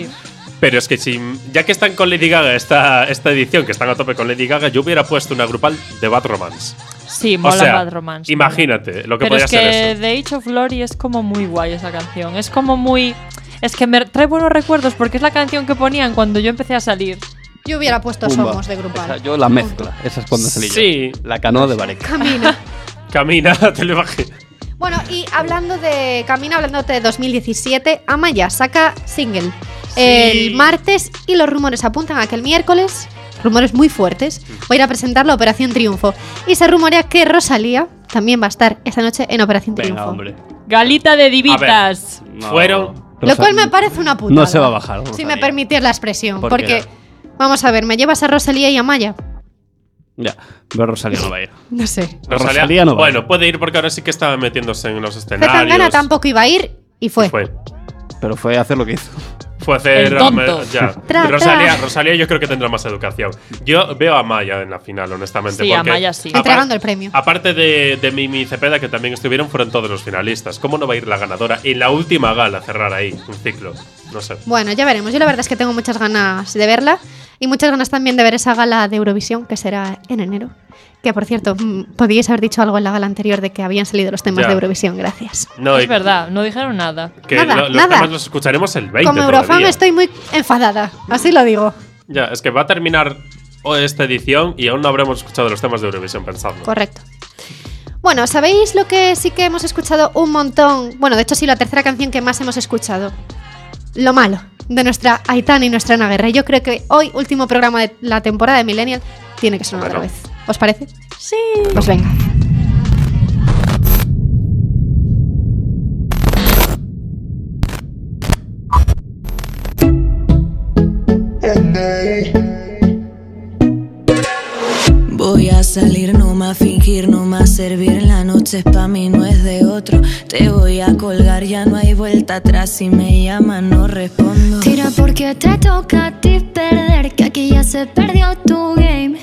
G: Pero es que si, ya que están con Lady Gaga esta, esta edición, que están a tope con Lady Gaga, yo hubiera puesto una grupal de Bad Romance.
E: Sí,
G: O
E: mola
G: sea,
E: Bad Romance.
G: imagínate lo que
E: Pero
G: podría
E: es que
G: ser eso.
E: The Age of Glory es como muy guay esa canción. Es como muy. Es que me trae buenos recuerdos porque es la canción que ponían cuando yo empecé a salir.
B: Yo hubiera puesto
E: Pumba.
B: Somos de grupal.
O: Esa- yo la mezcla. Esa es cuando salí yo.
G: Sí.
O: La canoa de Varek.
B: Camina.
G: Camina, <laughs> te lo imaginas.
B: Bueno, y hablando de Camina, hablándote de 2017, Amaya saca single el martes y los rumores apuntan a que el miércoles, rumores muy fuertes, va a ir a presentar la Operación Triunfo. Y se rumorea que Rosalía también va a estar esta noche en Operación Triunfo.
O: hombre.
E: Galita de divitas.
G: Fueron.
B: Lo cual me parece una putada.
O: No se
E: ¿eh?
O: va a bajar.
B: Si
O: Rosalía.
B: me permitís la expresión,
O: ¿Por qué
B: porque vamos a ver, me llevas a Rosalía y a Maya.
O: Ya, pero Rosalía no va a ir.
B: No sé.
G: Rosalía,
O: Rosalía no va.
G: Bueno, puede ir porque ahora sí que estaba metiéndose en los
B: Zetangana
G: escenarios.
B: tampoco iba a ir y fue.
G: Fue.
O: Pero fue a hacer lo que hizo.
G: ¿Eh? Fue a hacer.
B: El tonto.
G: Ya.
B: Tra,
G: Rosalía,
B: tra.
G: Rosalía, yo creo que tendrá más educación. Yo veo a Maya en la final, honestamente.
E: Sí,
G: porque
E: Amaya sí.
G: apar-
B: Entregando el premio.
G: Aparte de, de Mimi y Cepeda, que también estuvieron, fueron todos los finalistas. ¿Cómo no va a ir la ganadora en la última gala a cerrar ahí un ciclo? No sé.
B: Bueno, ya veremos. Yo la verdad es que tengo muchas ganas de verla y muchas ganas también de ver esa gala de Eurovisión que será en enero. Que por cierto, mm, podíais haber dicho algo en la gala anterior de que habían salido los temas
G: Ya.
B: de Eurovisión, gracias.
G: No,
E: es
G: y
E: verdad, no dijeron nada.
G: que
B: nada,
G: lo- los
B: nada.
G: temas los escucharemos el 20
B: Como
G: todavía.
B: Eurofan estoy muy enfadada, así lo digo.
G: Ya, es que va a terminar o- esta edición y aún no habremos escuchado los temas de Eurovisión, pensadlo.
B: Correcto. Bueno, ¿sabéis lo que sí que hemos escuchado un montón? Bueno, de hecho sí, la tercera canción que más hemos escuchado. Lo malo de nuestra Aitana y nuestra Ana Guerra. Yo creo que hoy, último programa de la temporada de Millennial, tiene que sonar otra
G: Bueno.
B: vez. ¿Os parece? Sí. Pues venga.
N: Voy a salir, no más fingir, no más servir. La noche es pa' mí, no es de otro. Te voy a colgar, ya no hay vuelta atrás. Si me llaman, no respondo.
P: Tira porque te toca a ti perder, que aquí ya se perdió tu game.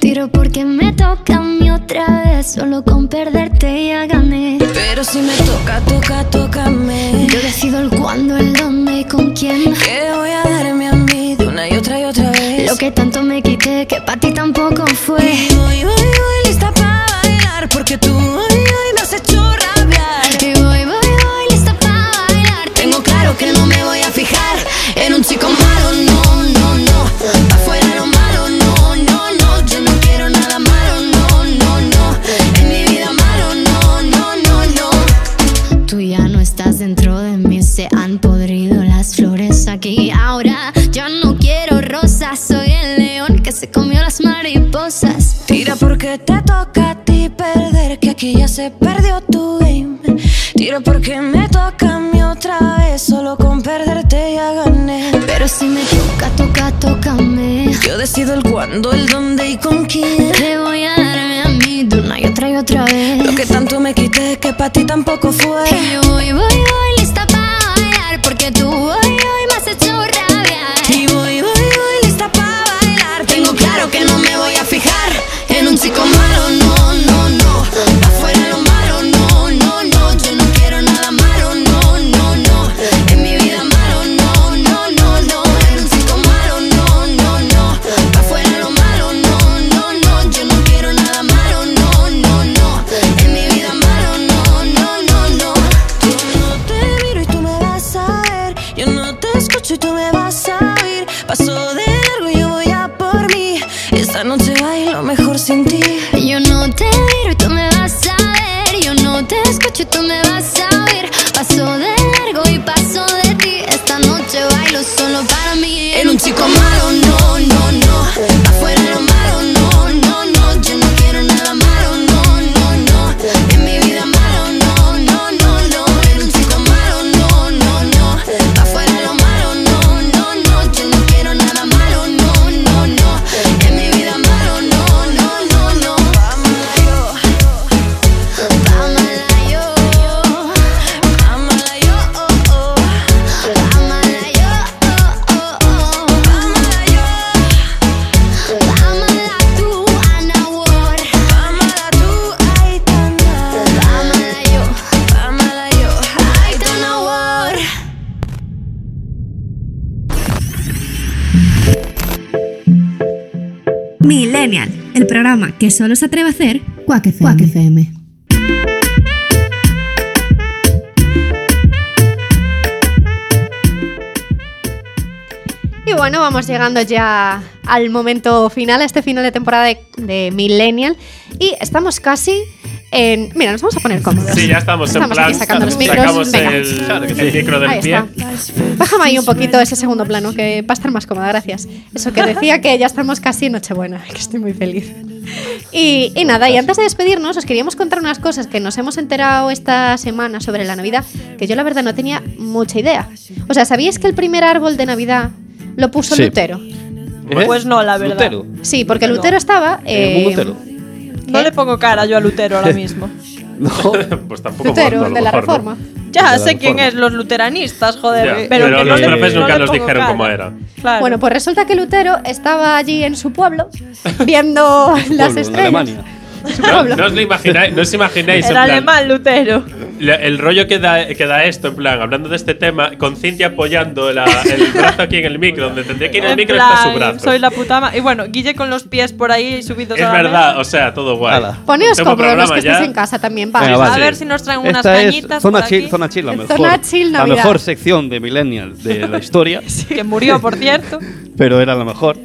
P: Tiro porque me toca a mí otra vez, solo con perderte ya gané.
N: Pero si me toca, toca, tócame.
P: Yo decido el cuándo, el dónde y con quién.
N: Que voy a darme a mí de una y otra y otra vez.
P: Lo que tanto me quité, que para ti tampoco fue.
N: Y voy, voy, voy lista pa' bailar, porque tú hoy, hoy me has hecho rabiar.
P: Y voy, voy, voy lista pa' bailar.
N: Tengo claro que no me voy a fijar en un chico malo, no, no, no. Pa' fuera lo malo, no, no, no. Yo no quiero nada malo, no, no, no. En mi vida malo, no, no, no, no.
P: Tú ya no estás dentro de mí, se han podrido las flores aquí. Ahora yo no quiero rosas, soy el león que se comió las mariposas.
N: Tira porque te toca a ti perder, que aquí ya se perdió tu game. Tiro porque me toca a mí otra vez, solo con perderte ya gané.
P: Pero si me toca, toca, tócame.
N: Yo decido el cuándo, el dónde y con quién.
P: Te voy a darme a mí de una y otra y otra vez.
N: Lo que tanto me quité que para ti tampoco fue.
P: Y yo voy, voy, voy lista para bailar, porque tú hoy, hoy me has hecho rabiar.
N: Y voy, voy, voy lista para bailar. Tengo claro que no me voy a fijar en un chico malo, no, no, no. Pa' fuera lo malo, no, no, no. Yo no quiero nada malo, no, no, no. En mi vida malo, no, no, no, no. En un chico malo, no, no, no. Pa' fuera lo malo, no, no, no. Yo no quiero nada malo, no, no, no. En mi vida malo, no, no, no, no. Yo no te miro y tú me vas a ver. Yo no te escucho y tú me vas a oír. Paso de largo y yo voy a por mí. Esta noche bailo mejor sin ti.
P: Yo no te miro y tú me vas a ver. Yo no te escucho y tú me vas a oír. Paso de largo y paso de ti. Esta noche bailo solo para mí.
N: En un chico malo, no, no, no. Pa' fuera lo malo, no, no, no. Yo no quiero nada malo, no, no, no. En mi vida malo, no, no, no, no. En un chico malo, no, no, no. Pa' fuera lo malo, no, no, no. Yo no quiero nada malo, no, no, no. En mi vida malo, no, no, no, no. Vámonos yo.
P: Ámala yo,
N: Ámala yo, oh, oh.
P: ámala yo, oh, oh, oh.
N: Ámala yo.
P: Ámala tú, Ana Ward.
N: Ámala tú, Aitana.
P: Ámala yo,
N: Ámala yo, Aitana Ward.
D: Millennial, el programa que solo se atreve a hacer
N: Quack FM. Quack FM.
B: Y bueno, vamos llegando ya al momento final, a este final de temporada de, de Millennial. Y estamos casi en. Mira, nos vamos a poner cómodos.
G: Sí, ya estamos, en plan.
B: aquí sacando los micros.
G: Sacamos
B: Venga.
G: el, el micro del
B: Ahí
G: pie.
B: está. Bájame ahí un poquito ese segundo plano, que va a estar más cómoda, gracias. Eso que decía que ya estamos casi en Nochebuena, <laughs> que estoy muy feliz. Y, y nada, y antes de despedirnos, os queríamos contar unas cosas que nos hemos enterado esta semana sobre la Navidad, que yo la verdad no tenía mucha idea. O sea, ¿sabíais que el primer árbol de Navidad lo puso
E: Sí.
B: Lutero?
E: Pues no, la verdad.
F: Lutero.
B: Sí, porque
E: No.
B: Lutero estaba... eh,
F: <laughs>
E: No le pongo cara yo a Lutero
G: <laughs>
E: ahora mismo.
G: pues tampoco
E: Lutero,
G: gordo, a
E: el
G: lo
E: de la
G: mejor, ¿no?
E: reforma. Ya
G: la
E: sé quién
G: reforma.
E: es, los luteranistas, joder.
G: Ya,
E: Pero,
G: Pero,
E: que no
G: los
E: le-
G: profes
E: no
G: nunca
E: le
G: nos
E: pongo
G: dijeron
E: cara.
G: cómo
E: <laughs>
G: era.
B: Bueno, pues resulta que Lutero estaba allí en su pueblo,
G: <laughs>
B: viendo las estrellas.
G: No, no os lo imagináis, no os imagináis en
E: Era
G: plan,
E: alemán Lutero.
G: la- el rollo que da, que da esto, en plan, hablando de este tema, con Cintia apoyando la- el brazo aquí en el micro, donde tendría que ir el
E: En
G: micro está su
E: plan,
G: brazo.
E: soy la puta ma- Y bueno, Guille con los pies por ahí subidos
G: Es
E: a la mesa.
G: verdad, o sea, todo guay.
B: Poneos
G: Tengo
B: cómodos los
G: programa
B: que
G: ya.
B: estéis en casa también, va.
F: Venga, vale.
E: A ver si nos traen unas
F: Esta es
E: cañitas
F: zona
E: por
F: chill,
E: aquí.
F: zona chill, la
E: Zona
F: mejor,
E: chill
F: la
E: Navidad.
F: mejor sección de Millennial de la
E: <laughs>
F: historia,
E: Que murió, por
G: <laughs>
E: cierto.
F: pero era la mejor,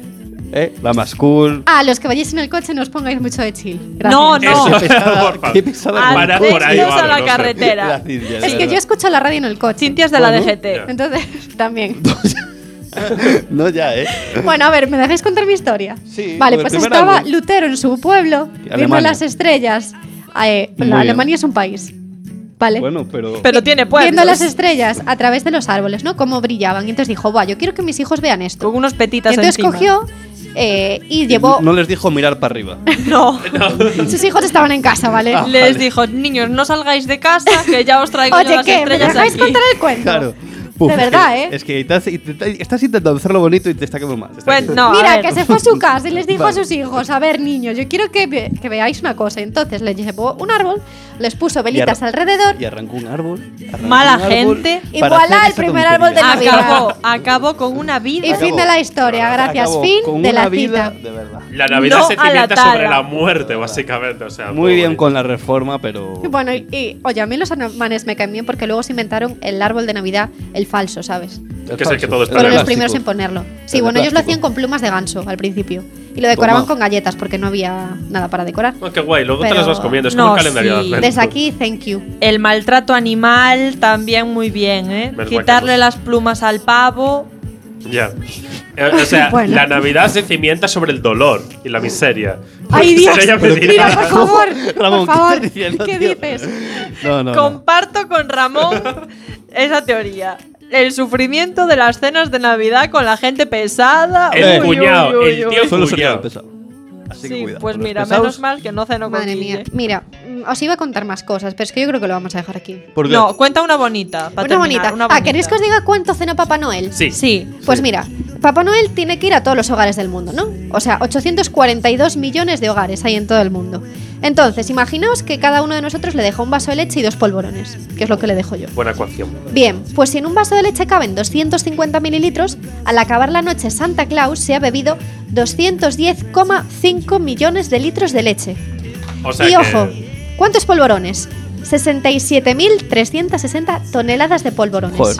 F: ¿eh? la más cool.
B: Ah, los que vayáis en el coche no os pongáis mucho de chill. Gracias.
E: No, no.
F: Qué pesada- qué pesada
E: Al
F: era.
E: por ahí, Antes de la vale, no sé. carretera.
F: La Cintia, de
B: Es que
F: verdad.
B: yo escucho la radio en el coche.
E: Cintia es de la Bueno. DGT.
B: Entonces, <laughs> también.
F: No ya, ¿eh?
B: Bueno, a ver, ¿me dejáis contar mi historia? Sí. Vale,
F: con el
B: pues
F: primer
B: estaba
F: álbum.
B: Lutero en su pueblo, viendo
F: Alemania.
B: las estrellas. Eh,
F: Muy
B: la
F: bien.
B: Alemania es un país. Vale.
F: Bueno, pero...
E: Pero tiene pueblos.
B: Viendo las estrellas a través de los árboles, ¿no? Cómo brillaban. Y entonces dijo, Buah, yo quiero que mis hijos vean esto.
E: Con unos petitas
B: Y entonces
E: encima.
B: cogió eh, y llevó.
F: No les dijo mirar para arriba.
E: <laughs> No.
B: <laughs> Sus hijos estaban en casa,
E: <laughs>
B: ¿vale?
F: Ah,
E: Les
F: vale.
E: dijo, niños, no salgáis de casa, que ya os traigo yo
B: Oye,
E: las
B: ¿qué? ¿Me
E: estrellas
B: dejáis
E: aquí.
B: contar el cuento?
F: Claro. Puf,
B: De
F: es que-
B: verdad, ¿eh?
F: Es que estás, intenta- estás intentando hacerlo bonito y te está quedando mal. te está
E: Pues
F: quedando mal.
B: Mira, que se fue a su casa y les dijo
F: Vale.
B: a sus hijos, a ver niños, yo quiero que, ve- que veáis una cosa. Entonces les llevó un árbol, les puso velitas
F: arran-
B: alrededor.
F: Y arrancó un árbol. arrancó
E: Mala
F: un árbol
E: gente.
B: Y
F: para
B: voilà,
F: hacer
B: el
F: esa
B: primer
F: tontería.
B: árbol de Navidad.
E: Acabó, acabó con una vida.
B: Y fin de la historia, gracias.
F: Acabó
B: fin
F: con
B: de
F: una
B: la
F: vida
B: cita.
G: La Navidad
E: No
G: se
E: a la
G: cimienta sobre
E: tala.
G: la muerte, básicamente. O sea,
F: Muy bien con la reforma, pero.
B: Y <laughs> Bueno, y, y, oye, a mí los alemanes me caen bien porque luego se inventaron el árbol de Navidad, el falso, ¿sabes?
G: Que es el que todos
B: Fueron los
G: tenemos.
B: primeros en ponerlo. Sí,
G: El de
B: bueno, ellos lo
G: plástico.
B: hacían con plumas de ganso al principio. Y lo decoraban
G: Toma.
B: con galletas porque no había nada para decorar.
G: Oh, qué guay, luego te
B: Pero-
G: las vas comiendo. Es como
E: No,
G: un calendario de
E: sí.
G: advento.
B: Desde aquí, thank you.
E: El maltrato animal también muy bien, ¿eh?
G: Menos
E: Quitarle las plumas al pavo.
G: Ya. Eh, O
E: <laughs>
G: sea,
E: Bueno.
G: la Navidad se cimienta sobre el dolor y la miseria.
E: Ay, Dios.
G: Sería
E: Pero
G: pedir-
E: mira, por favor,
F: <laughs> Ramón,
E: por favor,
F: ¿qué estás diciendo,
E: ¿qué
F: tío?
E: dices?
F: No, no, no.
E: Comparto con Ramón
F: <laughs>
E: esa teoría. El sufrimiento de las cenas de Navidad con la gente pesada.
G: El
E: Uy,
G: cuñado,
E: uy, uy,
G: el
E: uy.
G: tío
F: Solo sería
G: cuñado.
F: el pesado. Así que
E: Sí,
F: cuidado.
E: pues
F: con los
E: mira,
F: pesados.
E: menos mal que no ceno con
B: Madre mía. Mira, mm, os iba a contar más cosas, pero es que yo creo que lo vamos a dejar aquí.
F: ¿Por qué?
E: No, cuenta una bonita. pa
B: Una
E: terminar,
B: bonita.
E: una
B: Ah, ¿queréis que os diga cuánto cena Papá Noel?
G: Sí.
E: Sí.
B: Pues mira, Papá Noel tiene que ir a todos los hogares del mundo, ¿no? O sea, 842 millones de hogares hay en todo el mundo. Entonces, imaginaos que cada uno de nosotros le deja un vaso de leche y dos polvorones, que es lo que le dejo yo.
G: Buena ecuación.
B: Bien, pues si en un vaso de leche caben 250 mililitros, al acabar la noche Santa Claus se ha bebido 210,5 millones de litros de leche.
G: O sea
B: y
G: que-
B: ojo, ¿cuántos polvorones? 67.360 toneladas de polvorones.
F: Joder.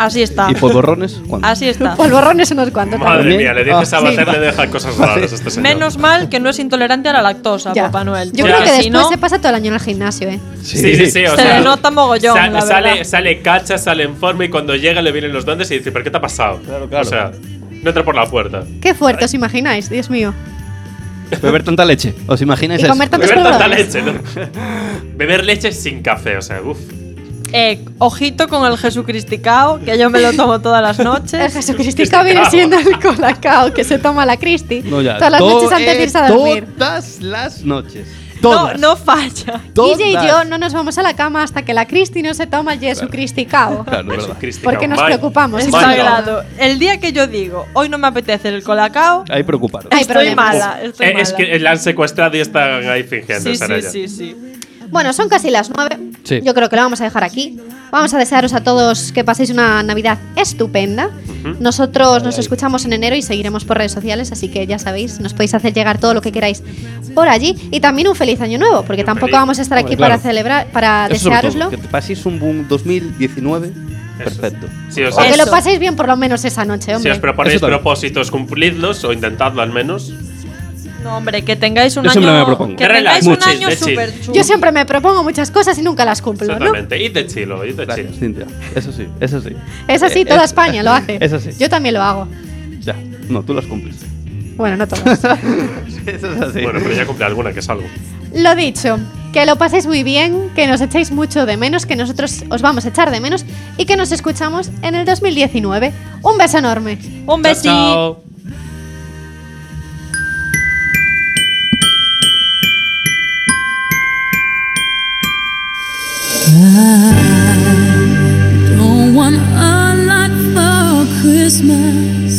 F: ¿Y polvorrones? ¿Cuánto?
E: Así está.
B: Polvorrones unos cuantos.
G: Madre
F: ¿También?
G: mía, le dices
F: Ah,
G: a Bater,
F: sí.
G: le deja cosas raras a este señor.
E: Menos mal que no es intolerante a la lactosa, Papá Noel.
B: Yo
G: Ya.
B: creo que
G: Si
B: después
G: no-
B: se pasa todo el año en el gimnasio, ¿eh?
G: Sí, sí, sí. o
E: Se
G: sea,
E: le nota mogollón,
G: sa-
E: la
G: sale,
E: verdad.
G: sale cacha, sale en forma y cuando llega le vienen los duendes y dice, ¿pero qué te ha pasado? O sea, no entra por la puerta.
B: Qué fuerte, ¿os imagináis? Dios mío.
F: Beber tanta leche. ¿Os imagináis
B: Y
F: eso?
B: comer tantos
G: Beber tanta
B: polvorones.
G: leche, ¿no? <laughs> Beber leche sin café, o sea, uff.
E: Eh, ojito con el Jesucristicao, que yo me lo tomo todas las noches.
B: El Jesucristico viene siendo el colacao que se toma la Cristi
F: No, ya.
B: todas las
F: To-
B: noches antes de irse a
F: eh,
B: dormir.
F: Todas las noches.
E: No,
F: Todas.
E: no falla.
B: Guille y yo no nos vamos a la cama hasta que la Cristi no se toma el Jesucristicao.
F: Claro, es
B: Porque nos preocupamos.
E: Es
B: es sagrado.
G: Eh,
E: sagrado. El día que yo digo, hoy no me apetece el colacao,
F: Ahí preocuparon.
E: estoy mala. Estoy
G: Eh, es
E: mala.
G: que la han secuestrado y están ahí fingiendo
E: sí,
G: ser
E: sí,
G: ella.
E: sí, sí.
B: Bueno, son casi las nueve.
G: Sí.
B: Yo creo que lo vamos a dejar aquí. Vamos a desearos a todos que paséis una Navidad estupenda. Nosotros nos escuchamos en enero y seguiremos por redes sociales, así que ya sabéis, nos podéis hacer llegar todo lo que queráis por allí. Y también un feliz año nuevo, porque tampoco
O: feliz.
B: vamos a estar
O: Hombre,
B: aquí
O: claro.
B: para celebrar, para
O: Eso sobre todo,
B: deseároslo.
O: Que te paséis un boom 2019 perfecto.
G: Sí, o
B: O
G: sea,
B: que lo paséis bien por lo menos esa noche,
G: si
B: hombre.
G: os proponéis
O: Eso también.
G: propósitos, cumplidlos o intentadlo al menos.
Q: No, hombre, que tengáis un
G: Yo siempre
Q: año.
G: me propongo.
Q: Que
G: De relax,
Q: tengáis un
G: muchis,
Q: año
G: de chill.
Q: súper chulo.
B: Yo siempre me propongo muchas cosas y nunca las cumplo, ¿no?
G: Exactamente. Id de chilo, id de chilo.
O: Cintia, eso sí, eso sí.
B: Es así,
O: Eh,
B: toda
O: es- <laughs>
B: España lo hace.
O: Eso sí.
B: Yo también lo hago.
O: Ya, no, tú las cumples.
B: Bueno, no todas.
O: <laughs> Eso es así.
G: Bueno, pero ya cumple alguna, que es algo.
B: Lo dicho, que lo paséis muy bien, que nos echéis mucho de menos, que nosotros os vamos a echar de menos y que nos escuchamos en el 2019. Un beso enorme.
Q: Un
B: besito.
R: Don't want a lot for Christmas.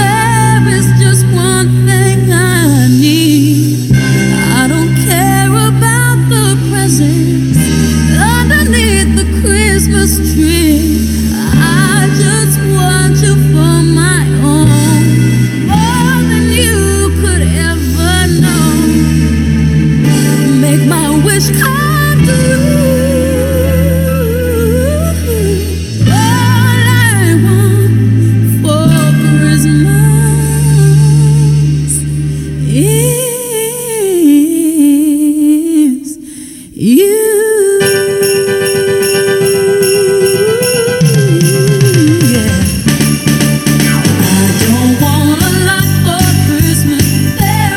R: There is just one thing I need. I don't care about the presents underneath the Christmas tree. I just want you for my own, more than you could ever know. Make my wish come true. All I want for Christmas is you.